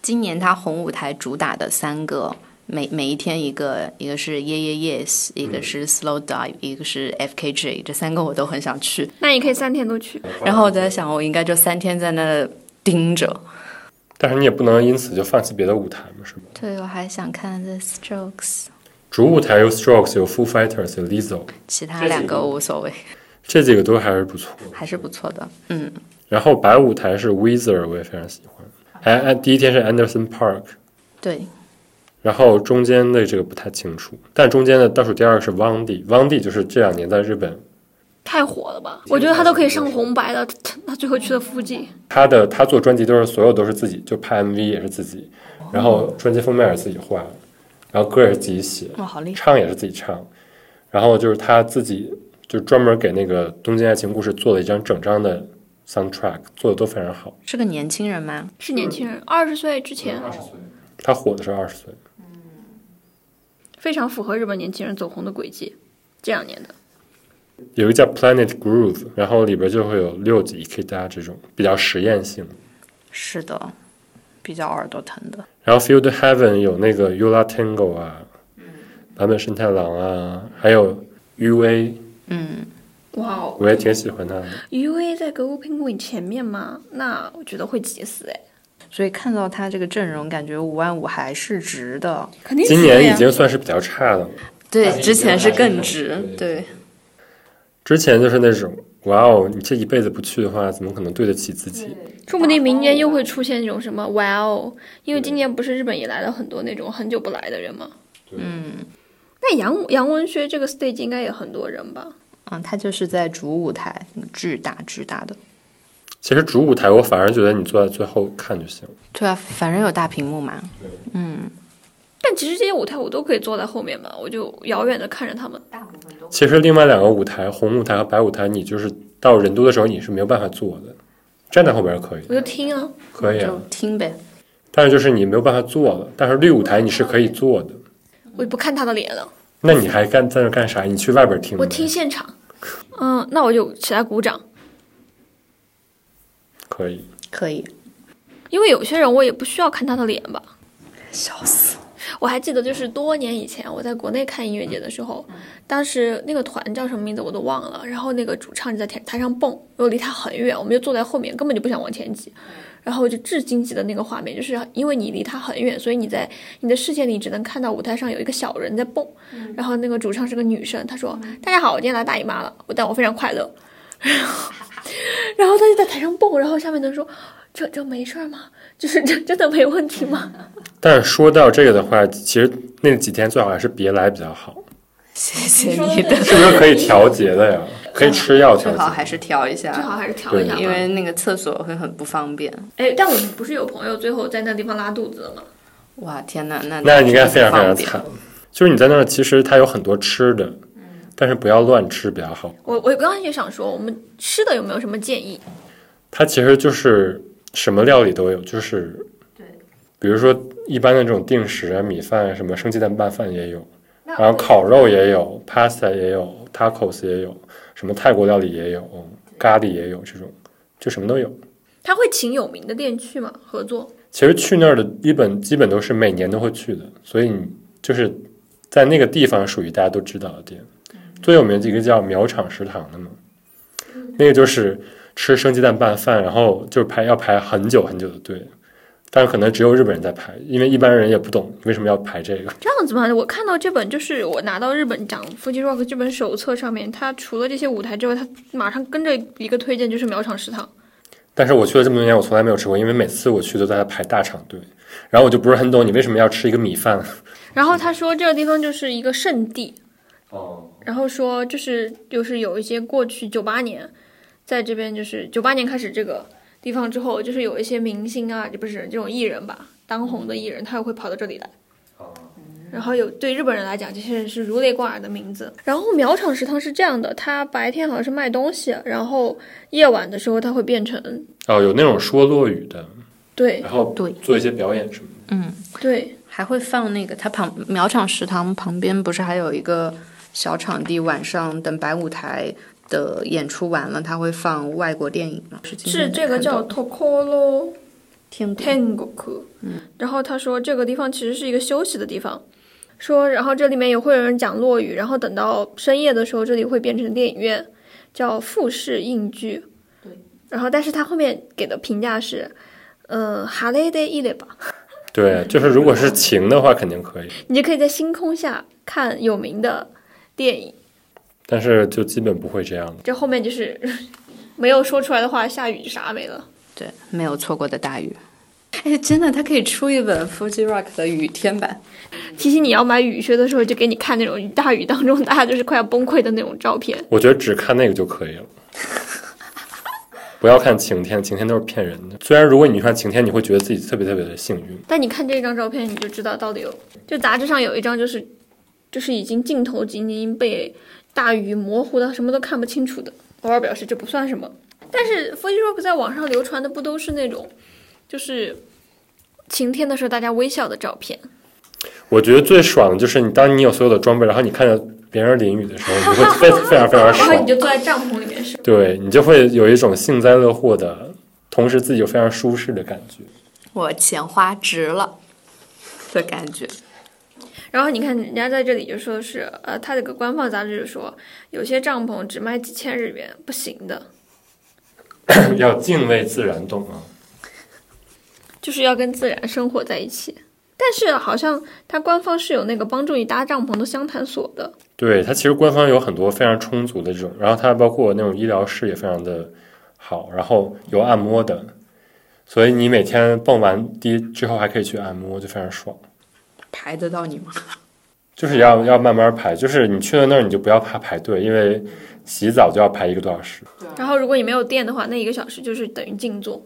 Speaker 3: 今年它红舞台主打的三个，每每一天一个，一个是 Yeah Yeah Yes，一个是 Slow Dive，、一个是 FKG，这三个我都很想去。
Speaker 4: 那你可以三天都去。
Speaker 3: 然后我在想，我应该就三天在那盯着。
Speaker 1: 但是你也不能因此就放弃别的舞台嘛，是吗？
Speaker 3: 对，我还想看 The Strokes，
Speaker 1: 主舞台有 Strokes，有 Foo Fighters，有 Lizzo，
Speaker 3: 其他两个无所谓，
Speaker 1: 这几个都还是不错。
Speaker 3: 还是不错的。嗯，
Speaker 1: 然后白舞台是 Weezer，我也非常喜欢。还安第一天是 Anderson Park，
Speaker 3: 对，
Speaker 1: 然后中间的这个不太清楚，但中间的倒数第二个是 Wandy，Wandy 就是这两年在日本，
Speaker 4: 太火了吧！我觉得他都可以上红白了，他他最后去了夫记，
Speaker 1: 他的他做专辑都是所有都是自己，就拍 MV 也是自己，然后专辑封面也是自己画，然后歌也是自己写，
Speaker 3: 哇，好厉害！
Speaker 1: 唱也是自己唱，然后就是他自己就专门给那个《东京爱情故事》做了一张整张的 soundtrack，做的都非常好。
Speaker 3: 是个年轻人吗？
Speaker 4: 是年轻人，嗯二十岁之前，
Speaker 1: 他火的是二十岁，
Speaker 4: 非常符合日本年轻人走红的轨迹。这两年的
Speaker 1: 有一个叫 Planet Groove，然后里边就会有六级 K 加这种比较实验性。
Speaker 3: 是的，比较耳朵疼的。
Speaker 1: 然后 Field Heaven 有那个 Yula Tango 啊，版本慎太郎啊，还有 U A，
Speaker 3: 嗯，
Speaker 4: 哇哦
Speaker 1: 我也挺喜欢他的。
Speaker 4: ，U A 在 Go Penguin 前面吗？那我觉得会急死哎，
Speaker 3: 所以看到他这个阵容，感觉五万五还是值的。
Speaker 4: 肯定
Speaker 1: 今年已经算是比较差的了，
Speaker 3: 对，之前是更值。对，
Speaker 1: 之前就是那种哇哦，你这一辈子不去的话，怎么可能对得起自己？
Speaker 4: 说不定明年又会出现这种什么哇哦，因为今年不是日本也来了很多那种很久不来的人吗？
Speaker 3: 嗯
Speaker 4: 那杨杨文学这个 stage 应该也很多人吧？
Speaker 3: 嗯，他就是在主舞台，巨大巨大的。
Speaker 1: 其实主舞台，我反而觉得你坐在最后看就行。
Speaker 3: 对啊，反正有大屏幕嘛。嗯，
Speaker 4: 但其实这些舞台我都可以坐在后面嘛，我就遥远的看着他们。
Speaker 1: 其实另外两个舞台，红舞台和白舞台，你就是到人多的时候你是没有办法坐的，站在后边可以，
Speaker 4: 我就听啊，
Speaker 1: 可以
Speaker 3: 嗯就
Speaker 1: 啊，
Speaker 3: 听呗。
Speaker 1: 但是就是你没有办法坐了。但是绿舞台你是可以坐的，
Speaker 4: 我也不看他的脸了，
Speaker 1: 那你还干在那干啥？你去外边听吧
Speaker 4: 我听现场。嗯，那我就起来鼓掌，
Speaker 1: 可以。
Speaker 3: 可以，
Speaker 4: 因为有些人我也不需要看他的脸吧。
Speaker 3: 笑死！
Speaker 4: 我还记得，就是多年以前我在国内看音乐节的时候，当时那个团叫什么名字我都忘了，然后那个主唱就在台台上蹦，我离他很远，我们就坐在后面，根本就不想往前挤。然后我就至今记得那个画面，就是因为你离他很远，所以你在你的视线里只能看到舞台上有一个小人在蹦，然后那个主唱是个女生，她说：“大家好，我今天来大姨妈了，我但我非常快乐。”然后，然 后她就在台上蹦，然后下面的人说：“这这没事儿吗？就是这真的没问题吗？”
Speaker 1: 但是说到这个的话，其实那几天最好还是别来比较好，
Speaker 3: 谢谢你的。
Speaker 1: 是不是可以调节的呀？可以吃药调
Speaker 3: 嗯最好还
Speaker 1: 节。
Speaker 3: 是调一
Speaker 4: 最好
Speaker 3: 下，
Speaker 4: 还是调一下吧，
Speaker 3: 因为那个厕所会很不方便。
Speaker 4: 哎，但我们不是有朋友最后在那地方拉肚子了吗？
Speaker 3: 哇，天哪，那
Speaker 1: 那你应该非常非
Speaker 3: 不
Speaker 1: 常
Speaker 3: 方便
Speaker 1: 惨。就是你在那儿，其实它有很多吃的，但是不要乱吃比较好。
Speaker 4: 我我刚刚也想说，我们吃的有没有什么建议？
Speaker 1: 它其实就是什么料理都有，就是比如说一般的这种定时啊、米饭啊、什么生鸡蛋拌饭也有，然后烤肉也有，pasta 也有，tacos 也有，什么泰国料理也有，咖喱也有，这种就什么都有。
Speaker 4: 他会请有名的店去吗？合作？
Speaker 1: 其实去那儿的基本基本都是每年都会去的，所以你就是在那个地方属于大家都知道的店。最有名的一个叫苗场食堂的嘛，那个就是吃生鸡蛋拌饭，然后就是排要排很久很久的队，但是可能只有日本人在排，因为一般人也不懂为什么要排这个。
Speaker 4: 这样子吗？我看到这本就是我拿到日本奖《夫妻 rock》这本手册上面，它除了这些舞台之外，它马上跟着一个推荐就是苗场食堂。
Speaker 1: 但是我去了这么多年，我从来没有吃过，因为每次我去都在排大长队，然后我就不是很懂你为什么要吃一个米饭。
Speaker 4: 然后他说这个地方就是一个圣地，哦，然后说就是就是有一些过去九八年，在这边就是九八年开始这个地方之后，就是有一些明星啊，不是这种艺人吧，当红的艺人，他也会跑到这里来。然后有对日本人来讲，这些人是如雷贯耳的名字。然后苗场食堂是这样的，它白天好像是卖东西，然后夜晚的时候它会变成
Speaker 1: 哦，有那种说落语的，
Speaker 4: 对
Speaker 1: 然后
Speaker 3: 对
Speaker 1: 做一些表演什么的。
Speaker 4: 对
Speaker 3: 还会放那个，它旁苗场食堂旁边不是还有一个小场地，晚上等白舞台的演出完了，它会放外国电影嘛？是今
Speaker 4: 是
Speaker 3: 天
Speaker 4: 这个
Speaker 3: 看到
Speaker 4: 叫
Speaker 3: 的
Speaker 4: Tokoro。
Speaker 3: 天国
Speaker 4: Tengoku。然后他说这个地方其实是一个休息的地方，说然后这里面也会有人讲落语，然后等到深夜的时候，这里会变成电影院，叫富士映剧。然后，但是他后面给的评价是，嗯，哈雷的伊雷吧，
Speaker 1: 对，就是如果是晴的话，肯定可以，
Speaker 4: 你就可以在星空下看有名的电影。
Speaker 1: 但是就基本不会这样的。
Speaker 4: 这后面就是 没有说出来的话，下雨就啥没了。
Speaker 3: 对，没有错过的大雨。哎，真的，它可以出一本 Fuji Rock 的雨天版。
Speaker 4: 提醒你要买雨靴的时候，就给你看那种大雨当中大家就是快要崩溃的那种照片。
Speaker 1: 我觉得只看那个就可以了，不要看晴天，晴天都是骗人的。虽然如果你看晴天，你会觉得自己特别特别的幸运，
Speaker 4: 但你看这张照片，你就知道到底有。就杂志上有一张，就是就是已经镜头紧紧被大雨模糊的，什么都看不清楚的。偶尔表示这不算什么，但是 Fuji Rock 在网上流传的不都是那种，就是晴天的时候大家微笑的照片？
Speaker 1: 我觉得最爽的就是你，当你有所有的装备，然后你看到别人淋雨的时候，你就会非非常非常
Speaker 4: 然后你
Speaker 1: 爽，
Speaker 4: 就坐在帐篷里面是
Speaker 1: 对你就会有一种幸灾乐祸的，同时自己又非常舒适的感觉。
Speaker 3: 我钱花值了的感觉。
Speaker 4: 然后你看人家在这里就说是，呃，他这个官方杂志就说有些帐篷只卖几千日元，不行的，
Speaker 1: 要敬畏自然，啊懂吗？
Speaker 4: 就是要跟自然生活在一起。但是好像它官方是有那个帮助你搭帐篷的相谈所的，
Speaker 1: 对它其实官方有很多非常充足的这种，然后它包括那种医疗室也非常的好，然后有按摩的，所以你每天蹦完迪之后还可以去按摩，就非常爽。
Speaker 3: 排得到你吗？
Speaker 1: 就是要要慢慢排，就是你去了那儿你就不要怕排队，因为洗澡就要排一个多小时。
Speaker 4: 然后如果你没有电的话，那一个小时就是等于静坐。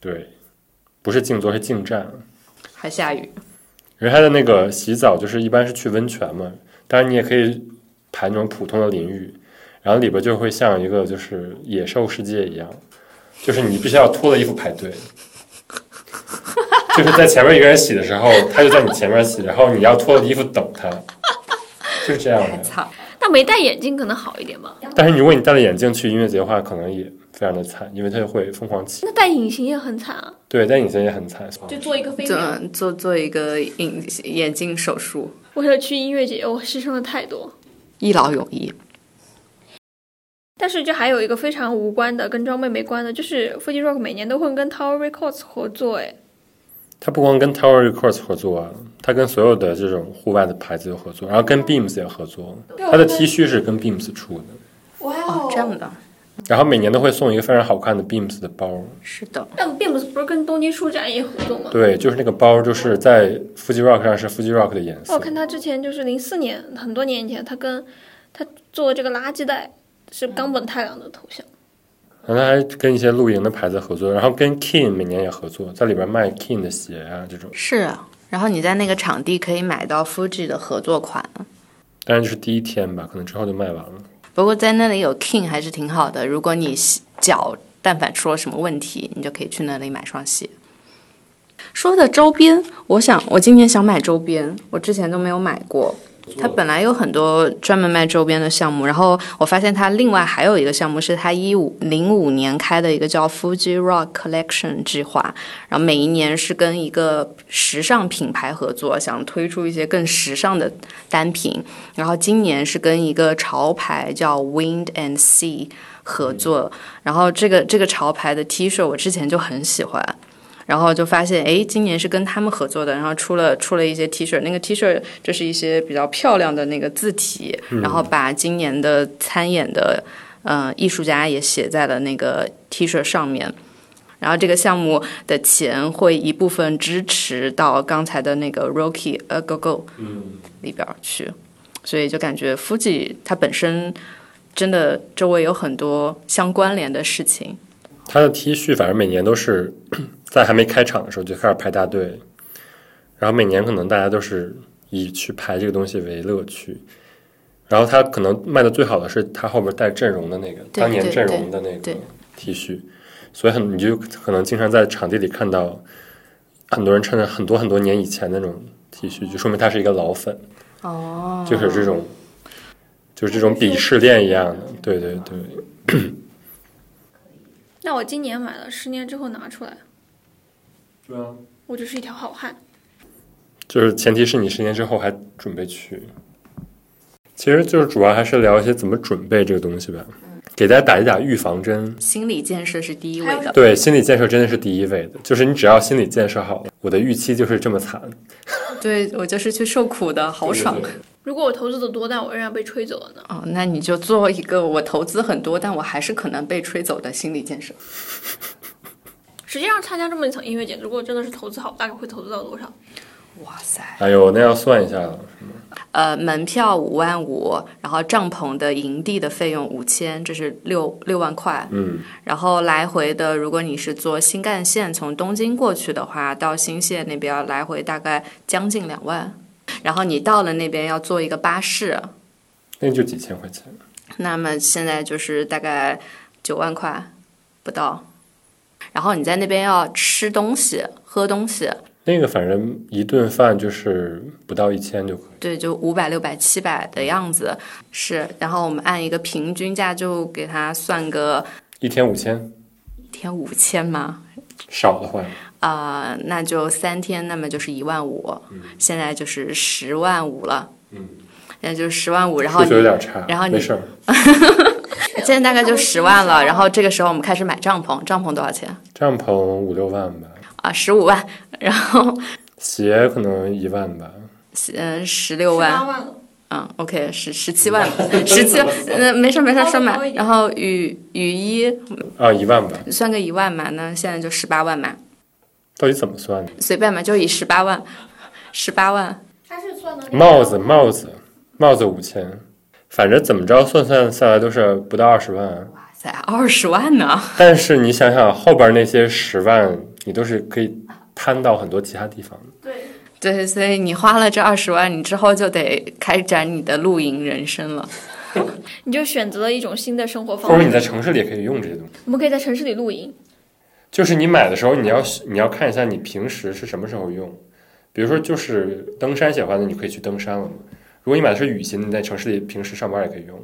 Speaker 1: 对，不是静坐是静站。
Speaker 3: 还下雨，
Speaker 1: 因为它的那个洗澡就是一般是去温泉嘛，当然你也可以排那种普通的淋浴，然后里边就会像一个就是野兽世界一样，就是你必须要脱了衣服排队， 就是在前面一个人洗的时候，他就在你前面洗，然后你要脱了衣服等他，就是这样的。
Speaker 3: 操！
Speaker 4: 那没戴眼镜可能好一点吧？
Speaker 1: 但是如果你戴了眼镜去音乐节的话，可能也非常的惨，因为它就会疯狂起。
Speaker 4: 那戴隐形也很惨啊，
Speaker 1: 对，但你现在也很惨，
Speaker 4: 就做一个飞
Speaker 3: 做
Speaker 4: 秒。
Speaker 3: 做做一个眼眼镜手术，
Speaker 4: 为了去音乐节，我牺牲了太多。
Speaker 3: 一劳永逸。
Speaker 4: 但是这还有一个非常无关的，跟装备没关的，就是 Fuji Rock 每年都会跟 Tower Records 合作，哎，
Speaker 1: 他不光跟 Tower Records 合作啊，他跟所有的这种户外的牌子有合作，然后跟 Beams 也合作。他的 T 恤是跟 Beams 出的，
Speaker 2: 哇
Speaker 3: 哦，这样的，
Speaker 1: 然后每年都会送一个非常好看的 Beams 的包。
Speaker 3: 是的，
Speaker 4: 但并不是不是跟东京书展也合作吗？
Speaker 1: 对，就是那个包，就是在 Fuji Rock 上是 Fuji Rock 的颜
Speaker 4: 我
Speaker 1: 色。
Speaker 4: 哦看他之前就是零四年，很多年以前，他跟他做这个垃圾袋是冈本太郎的头像。
Speaker 1: 然后他还跟一些露营的牌子合作，然后跟 King 每年也合作，在里边卖 King 的鞋啊这种，
Speaker 3: 是啊。然后你在那个场地可以买到 Fuji 的合作款，
Speaker 1: 当然就是第一天吧，可能之后就卖完了。
Speaker 3: 不过在那里有 King 还是挺好的。如果你洗脚但凡出了什么问题，你就可以去那里买双鞋。说的周边，我想我今年想买周边，我之前都没有买过。它本来有很多专门卖周边的项目，然后我发现它另外还有一个项目是它一五零五年开的一个叫 Fuji Rock Collection 计划，然后每一年是跟一个时尚品牌合作，想推出一些更时尚的单品。然后今年是跟一个潮牌叫 Wind and Sea 合作，然后这个这个潮牌的 T 恤我之前就很喜欢，然后就发现诶，今年是跟他们合作的，然后出了出了一些 T 恤，那个 T 恤就是一些比较漂亮的那个字体，然后把今年的参演的呃艺术家也写在了那个 T 恤上面。然后这个项目的钱会一部分支持到刚才的那个 Rocky A Go Go 里边儿去，所以就感觉 Fuji 它本身真的周围有很多相关联的事情。
Speaker 1: 他的 T 恤反正每年都是在还没开场的时候就开始排大队，然后每年可能大家都是以去排这个东西为乐趣。然后它可能卖的最好的是它后边带阵容的那个
Speaker 3: 对
Speaker 1: 当年
Speaker 3: 对
Speaker 1: 阵容的那
Speaker 3: 对
Speaker 1: 个 T 恤，所以很你就可能经常在场地里看到很多人穿着很多很多年以前那种 T 恤，就说明他是一个老粉，
Speaker 3: 哦，
Speaker 1: 就是这种，就是这种鄙视链一样的。对对对，
Speaker 4: 那我今年买了，十年之后拿出来，
Speaker 1: 对啊，
Speaker 4: 我就是一条好汉。
Speaker 1: 就是前提是你十年之后还准备去。其实就是主要还是聊一些怎么准备这个东西吧，给大家打一打预防针。
Speaker 3: 心理建设是第一位
Speaker 2: 还有
Speaker 3: 的。
Speaker 1: 对，心理建设真的是第一位的，就是你只要心理建设好了，我的预期就是这么惨，
Speaker 3: 对我就是去受苦的，好爽啊
Speaker 1: 对对对
Speaker 4: 如果我投资的多，但我仍然被吹走了呢？
Speaker 3: 哦！那你就做一个我投资很多，但我还是可能被吹走的心理建设。
Speaker 4: 实际上参加这么一场音乐节，如果真的是投资好，大概会投资到多少？
Speaker 3: 哇塞！
Speaker 1: 哎呦，那要算一下了。
Speaker 3: 呃，门票五万五，然后帐篷的营地的费用五千，这是六六万块。
Speaker 1: 嗯，
Speaker 3: 然后来回的，如果你是坐新干线从东京过去的话，到新泻那边来回大概将近两万。然后你到了那边要坐一个巴士，
Speaker 1: 那就几千块钱。
Speaker 3: 那么现在就是大概九万块不到。然后你在那边要吃东西、喝东西，
Speaker 1: 那个反正一顿饭就是不到一千就可以。
Speaker 3: 对，就五百、六百、七百的样子是。然后我们按一个平均价，就给它算个
Speaker 1: 一天五千，
Speaker 3: 一天五千嘛，
Speaker 1: 少的话，
Speaker 3: 啊、那就三天，那么就是一万五、现在就是十万五了，
Speaker 1: 嗯，
Speaker 3: 那就十万五，然后
Speaker 1: 数学有
Speaker 3: 你
Speaker 1: 点差，
Speaker 3: 然后你
Speaker 1: 没事儿，
Speaker 3: 现在大概就十万了，然后这个时候我们开始买帐篷，帐篷多少钱
Speaker 1: 帐篷五六万吧，
Speaker 3: 啊？十五万，然后
Speaker 1: 鞋可能一万吧，
Speaker 3: 嗯十六
Speaker 4: 十八
Speaker 3: 万，
Speaker 4: 万了，
Speaker 3: 嗯，OK 十十七万，十七，嗯，没事没事，说买，然后雨雨衣
Speaker 1: 啊一万吧，
Speaker 3: 算个一万嘛，那现在就十八万嘛，
Speaker 1: 到底怎么算的？
Speaker 3: 随便嘛，就以十八万，十八万。
Speaker 4: 他是算的
Speaker 1: 帽子帽子帽子五千，反正怎么着算算下来都是不到二十万。
Speaker 3: 才二十万呢！
Speaker 1: 但是你想想后边那些十万，你都是可以摊到很多其他地方的。
Speaker 4: 对，
Speaker 3: 对，所以你花了这二十万，你之后就得开展你的露营人生了。
Speaker 4: 你就选择了一种新的生活
Speaker 1: 或
Speaker 4: 方
Speaker 1: 者你
Speaker 4: 式。
Speaker 1: 在城市里也可以用这些东西。
Speaker 4: 我们可以在城市里露营，
Speaker 1: 就是你买的时候，你要你要看一下你平时是什么时候用。比如说，就是登山喜欢的，你可以去登山了嘛。如果你买的是雨鞋，你在城市里平时上班也可以用，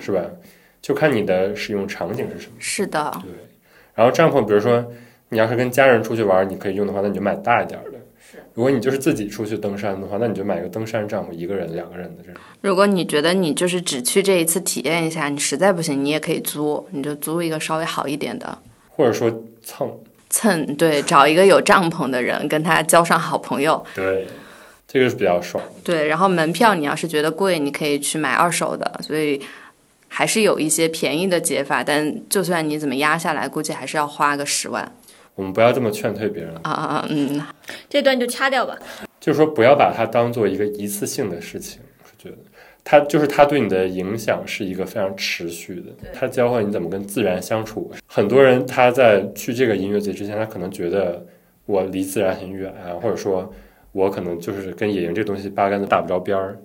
Speaker 1: 是吧？就看你的使用场景是什么。
Speaker 3: 是的，
Speaker 1: 对。然后帐篷，比如说你要是跟家人出去玩，你可以用的话，那你就买大一点儿的。如果你就是自己出去登山的话，那你就买一个登山帐篷，一个人、两个人的这种。
Speaker 3: 如果你觉得你就是只去这一次体验一下，你实在不行，你也可以租，你就租一个稍微好一点的，
Speaker 1: 或者说蹭。
Speaker 3: 蹭对，找一个有帐篷的人，跟他交上好朋友。
Speaker 1: 对。这个是比较爽。
Speaker 3: 对，然后门票你要是觉得贵，你可以去买二手的，所以还是有一些便宜的解法。但就算你怎么压下来，估计还是要花个十万
Speaker 1: 我们不要这么劝退别人。
Speaker 3: 啊啊啊！嗯，
Speaker 4: 这段就掐掉吧。
Speaker 1: 就是说不要把它当做一个一次性的事情，我是觉得它就是它对你的影响是一个非常持续的，它教会你怎么跟自然相处。很多人他在去这个音乐节之前，他可能觉得我离自然很远啊，或者说我可能就是跟野营这东西八竿子打不着边儿。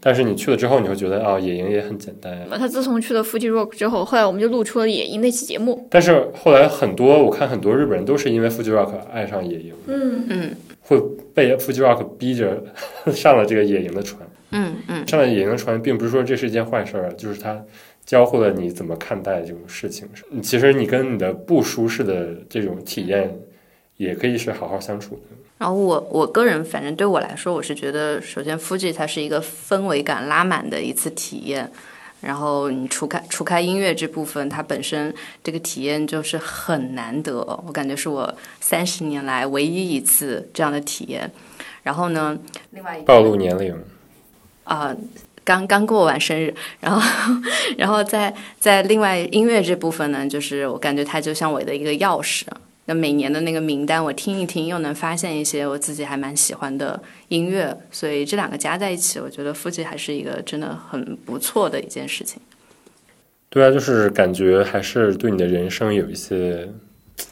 Speaker 1: 但是你去了之后，你会觉得啊、野营也很简单啊呀。
Speaker 4: 他自从去了 Fuji Rock 之后，后来我们就录出了野营那期节目。
Speaker 1: 但是后来很多我看很多日本人都是因为 Fuji Rock 爱上野营，
Speaker 4: 嗯，
Speaker 1: 会被 Fuji Rock 逼着 上了这个野营的船。
Speaker 3: 嗯嗯，
Speaker 1: 上了野营船，并不是说这是一件坏事儿啊，就是它教会了你怎么看待这种事情。其实你跟你的不舒适的这种体验，也可以是好好相处的。
Speaker 3: 然后我我个人反正对我来说，我是觉得首先 Fuji 它是一个氛围感拉满的一次体验，然后你除开除开音乐这部分，它本身这个体验就是很难得，我感觉是我三十年来唯一一次这样的体验。然后呢，另外一
Speaker 1: 暴露年龄，
Speaker 3: 啊、刚刚过完生日，然后 然后在在另外音乐这部分呢，就是我感觉它就像我的一个钥匙。那每年的那个名单，我听一听，又能发现一些我自己还蛮喜欢的音乐，所以这两个加在一起，我觉得夫妻还是一个真的很不错的一件事情。
Speaker 1: 对啊，就是感觉还是对你的人生有一些嘖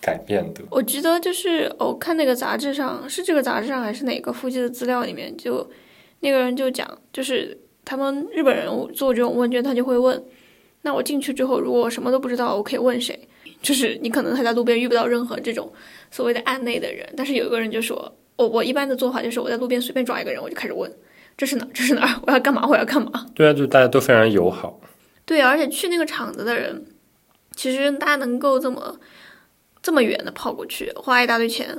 Speaker 1: 改变的。
Speaker 4: 我哦记得就是我、看那个杂志上，是这个杂志上还是哪个 Fuji 的资料里面就那个人就讲，就是他们日本人做这种问卷，他就会问，那我进去之后，如果我什么都不知道，我可以问谁？ 就是你可能还在路边遇不到任何这种所谓的案内的人，但是有一个人就说，我我一般的做法就是我在路边随便抓一个人，我就开始问，这是哪儿？这是哪儿？ 我要干嘛？我要干嘛？
Speaker 1: 对啊，就大家都非常友好。
Speaker 4: 对，而且去那个场子的人，其实大家能够这么这么远的跑过去，花一大堆钱，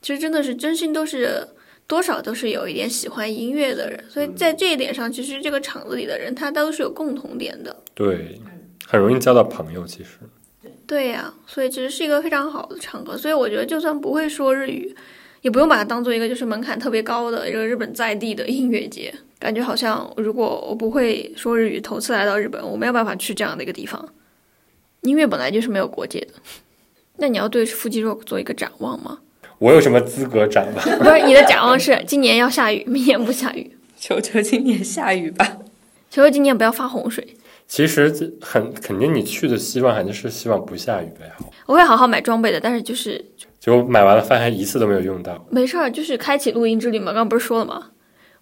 Speaker 4: 其实真的是真心都是多少都是有一点喜欢音乐的人，所以在这一点上，其实这个场子里的人，他都是有共同点的。
Speaker 1: 对，很容易交到朋友。其实，
Speaker 4: 对呀、所以其实是一个非常好的场合，所以我觉得就算不会说日语，也不用把它当做一个就是门槛特别高的一个日本在地的音乐节。感觉好像如果我不会说日语，头次来到日本，我没有办法去这样的一个地方。音乐本来就是没有国界的。那你要对腹肌肉做一个展望吗？
Speaker 1: 我有什么资格展望？
Speaker 4: 不是，你的展望是今年要下雨，明年不下雨，
Speaker 3: 求求今年下雨吧。
Speaker 4: 求求今年不要发洪水。
Speaker 1: 其实这很肯定，你去的希望还是希望不下雨为好。
Speaker 4: 我会好好买装备的，但是就是
Speaker 1: 结果买完了，发现一次都没有用到。
Speaker 4: 没事儿，就是开启录音之旅嘛，刚刚不是说了吗？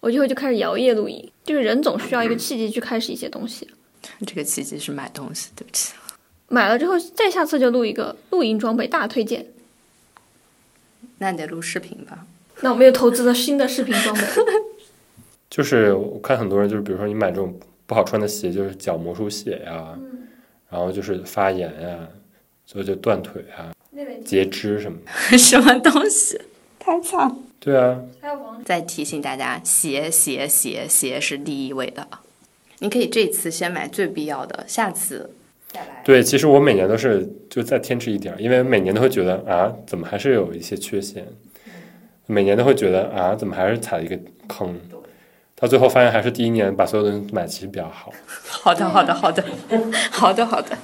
Speaker 4: 我就会就开始摇曳露营，就是人总需要一个契机去开始一些东西。
Speaker 3: 这个契机是买东西，对不起。
Speaker 4: 买了之后，再下次就录一个露营装备大推荐。
Speaker 3: 那你得录视频吧。
Speaker 4: 那我们又投资了新的视频 装备，
Speaker 1: 就是我看很多人，就是比如说你买这种不好穿的鞋，就是脚磨出血呀、
Speaker 3: 嗯
Speaker 1: 然后就是发炎呀、所以就断腿啊、截肢什么的。
Speaker 3: 什么东西？太惨了。
Speaker 1: 对啊，
Speaker 3: 再提醒大家，鞋鞋鞋鞋是第一位的。你可以这次先买最必要的，下 次
Speaker 1: 对，其实我每年都是就再添置一点儿，因为每年都会觉得啊，怎么还是有一些缺陷，
Speaker 3: 嗯
Speaker 1: 每年都会觉得啊，怎么还是踩了一个坑，到最后发现还是第一年把所有东西买齐比较好。
Speaker 3: 好的，好的，好的， 好的，好的。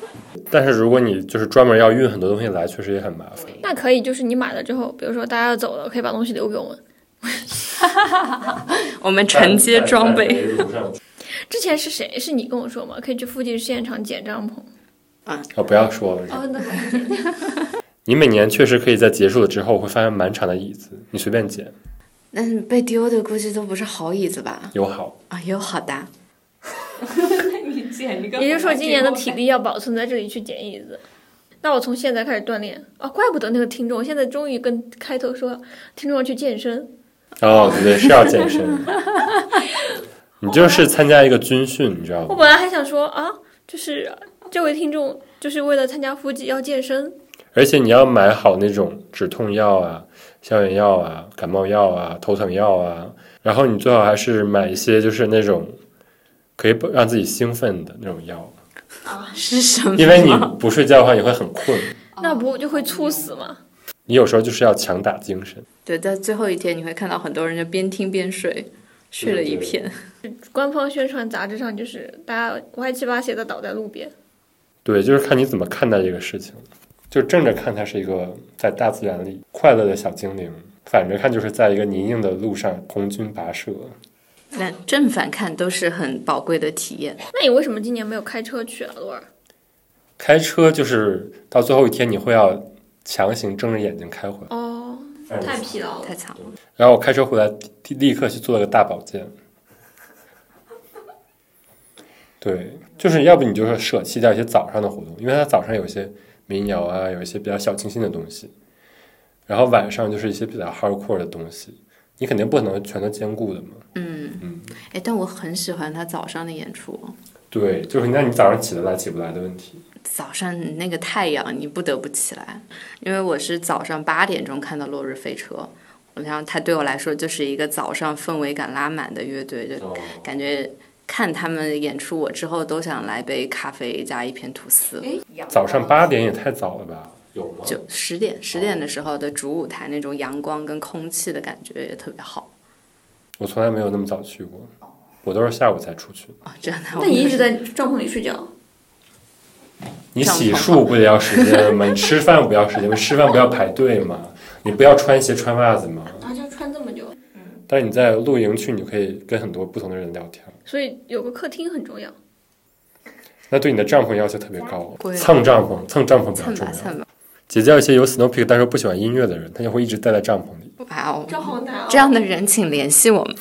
Speaker 1: 但是如果你就是专门要运很多东西来，确实也很麻烦。
Speaker 4: 那可以就是你买了之后，比如说大家要走了，可以把东西留给我们。
Speaker 3: 我们承接装备。
Speaker 4: 之前是谁？是你跟我说吗？可以去附近现场捡帐篷。
Speaker 1: 哦，不要说了。
Speaker 4: 哦，那
Speaker 1: 你每年确实可以在结束了之后会发现满场的椅子，你随便捡
Speaker 3: 但是被丢的估计都不是好椅子吧？
Speaker 1: 有好。
Speaker 3: 啊，有好的。你捡一个
Speaker 4: 也就是说，今年的体力要保存在这里去捡椅子。那我从现在开始锻炼啊！怪不得那个听众现在终于跟开头说，听众要去健身。
Speaker 1: 哦，对对，是要健身。你就是参加一个军训，你知道
Speaker 4: 我
Speaker 1: 吗？
Speaker 4: 本来还想说啊，就是这位听众就是为了参加腹肌要健身，
Speaker 1: 而且你要买好那种止痛药啊、消炎药啊、感冒药啊、头疼药啊，然后你最好还是买一些就是那种可以让自己兴奋的那种药，
Speaker 3: 是什么？
Speaker 1: 因为你不睡觉的话你会很困，
Speaker 4: 那不就会猝死吗？
Speaker 1: 你有时候就是要强打精神。
Speaker 3: 对，在最后一天你会看到很多人就边听边睡，睡了一片。
Speaker 4: 官方宣传杂志上就是大家歪七八斜的倒在路边。
Speaker 1: 对，就是看你怎么看待这个事情。就正着看，它是一个在大自然里快乐的小精灵；反着看，就是在一个泥泞的路上红军跋涉。
Speaker 3: 但正反看都是很宝贵的体验。
Speaker 4: 那你为什么今年没有开车去啊，罗尔？
Speaker 1: 开车就是到最后一天，你会要强行睁着眼睛开回来。
Speaker 4: 哦，太疲劳了。
Speaker 3: 太惨了，
Speaker 1: 然后我开车回来，立立刻去做了个大保健。 对，就是要不你就是舍弃掉一些早上的活动，因为它早上有一些民谣啊，有一些比较小清新的东西，然后晚上就是一些比较 hardcore 的东西，你肯定不可能全都兼顾的嘛。
Speaker 3: 哎，但我很喜欢他早上的演出，
Speaker 1: 对，就是那你早上起得来起不来的问题。
Speaker 3: 早上那个太阳你不得不起来，因为我是早上八点钟看到《落日飞车》，然后他对我来说就是一个早上氛围感拉满的乐队，
Speaker 1: 哦
Speaker 3: 就感觉看他们演出，我之后都想来杯咖啡加一片吐
Speaker 4: 哎
Speaker 3: 司。
Speaker 1: 早上八点也太早了吧？有吗
Speaker 3: 就十
Speaker 4: 哦
Speaker 3: 点十点的时候的主舞台那种阳光跟空气的感觉也特别好
Speaker 1: 我从来没有那么早去过，我都是下午才出去。
Speaker 3: 啊、真的。
Speaker 4: 那你一直在帐篷里睡觉，
Speaker 1: 你洗漱不得要时间吗？你吃饭不要时间吗？吃饭不要排队吗？你不要穿鞋穿袜子吗？
Speaker 4: 然后啊就穿这么久，
Speaker 1: 但是你在露营区，你可以跟很多不同的人聊天，
Speaker 4: 所以有个客厅很重要。
Speaker 1: 那对你的帐篷要求特别高
Speaker 3: 贵。
Speaker 1: 蹭帐篷，蹭帐篷比较
Speaker 3: 蹭
Speaker 1: 重
Speaker 3: 吧
Speaker 1: 要。
Speaker 3: 蹭吧，
Speaker 1: 结交一些有 snow peak 但是不喜欢音乐的人，他就会一直待在帐篷里。
Speaker 3: 哇哦！
Speaker 4: 好难啊
Speaker 3: 这样的人请联系我们。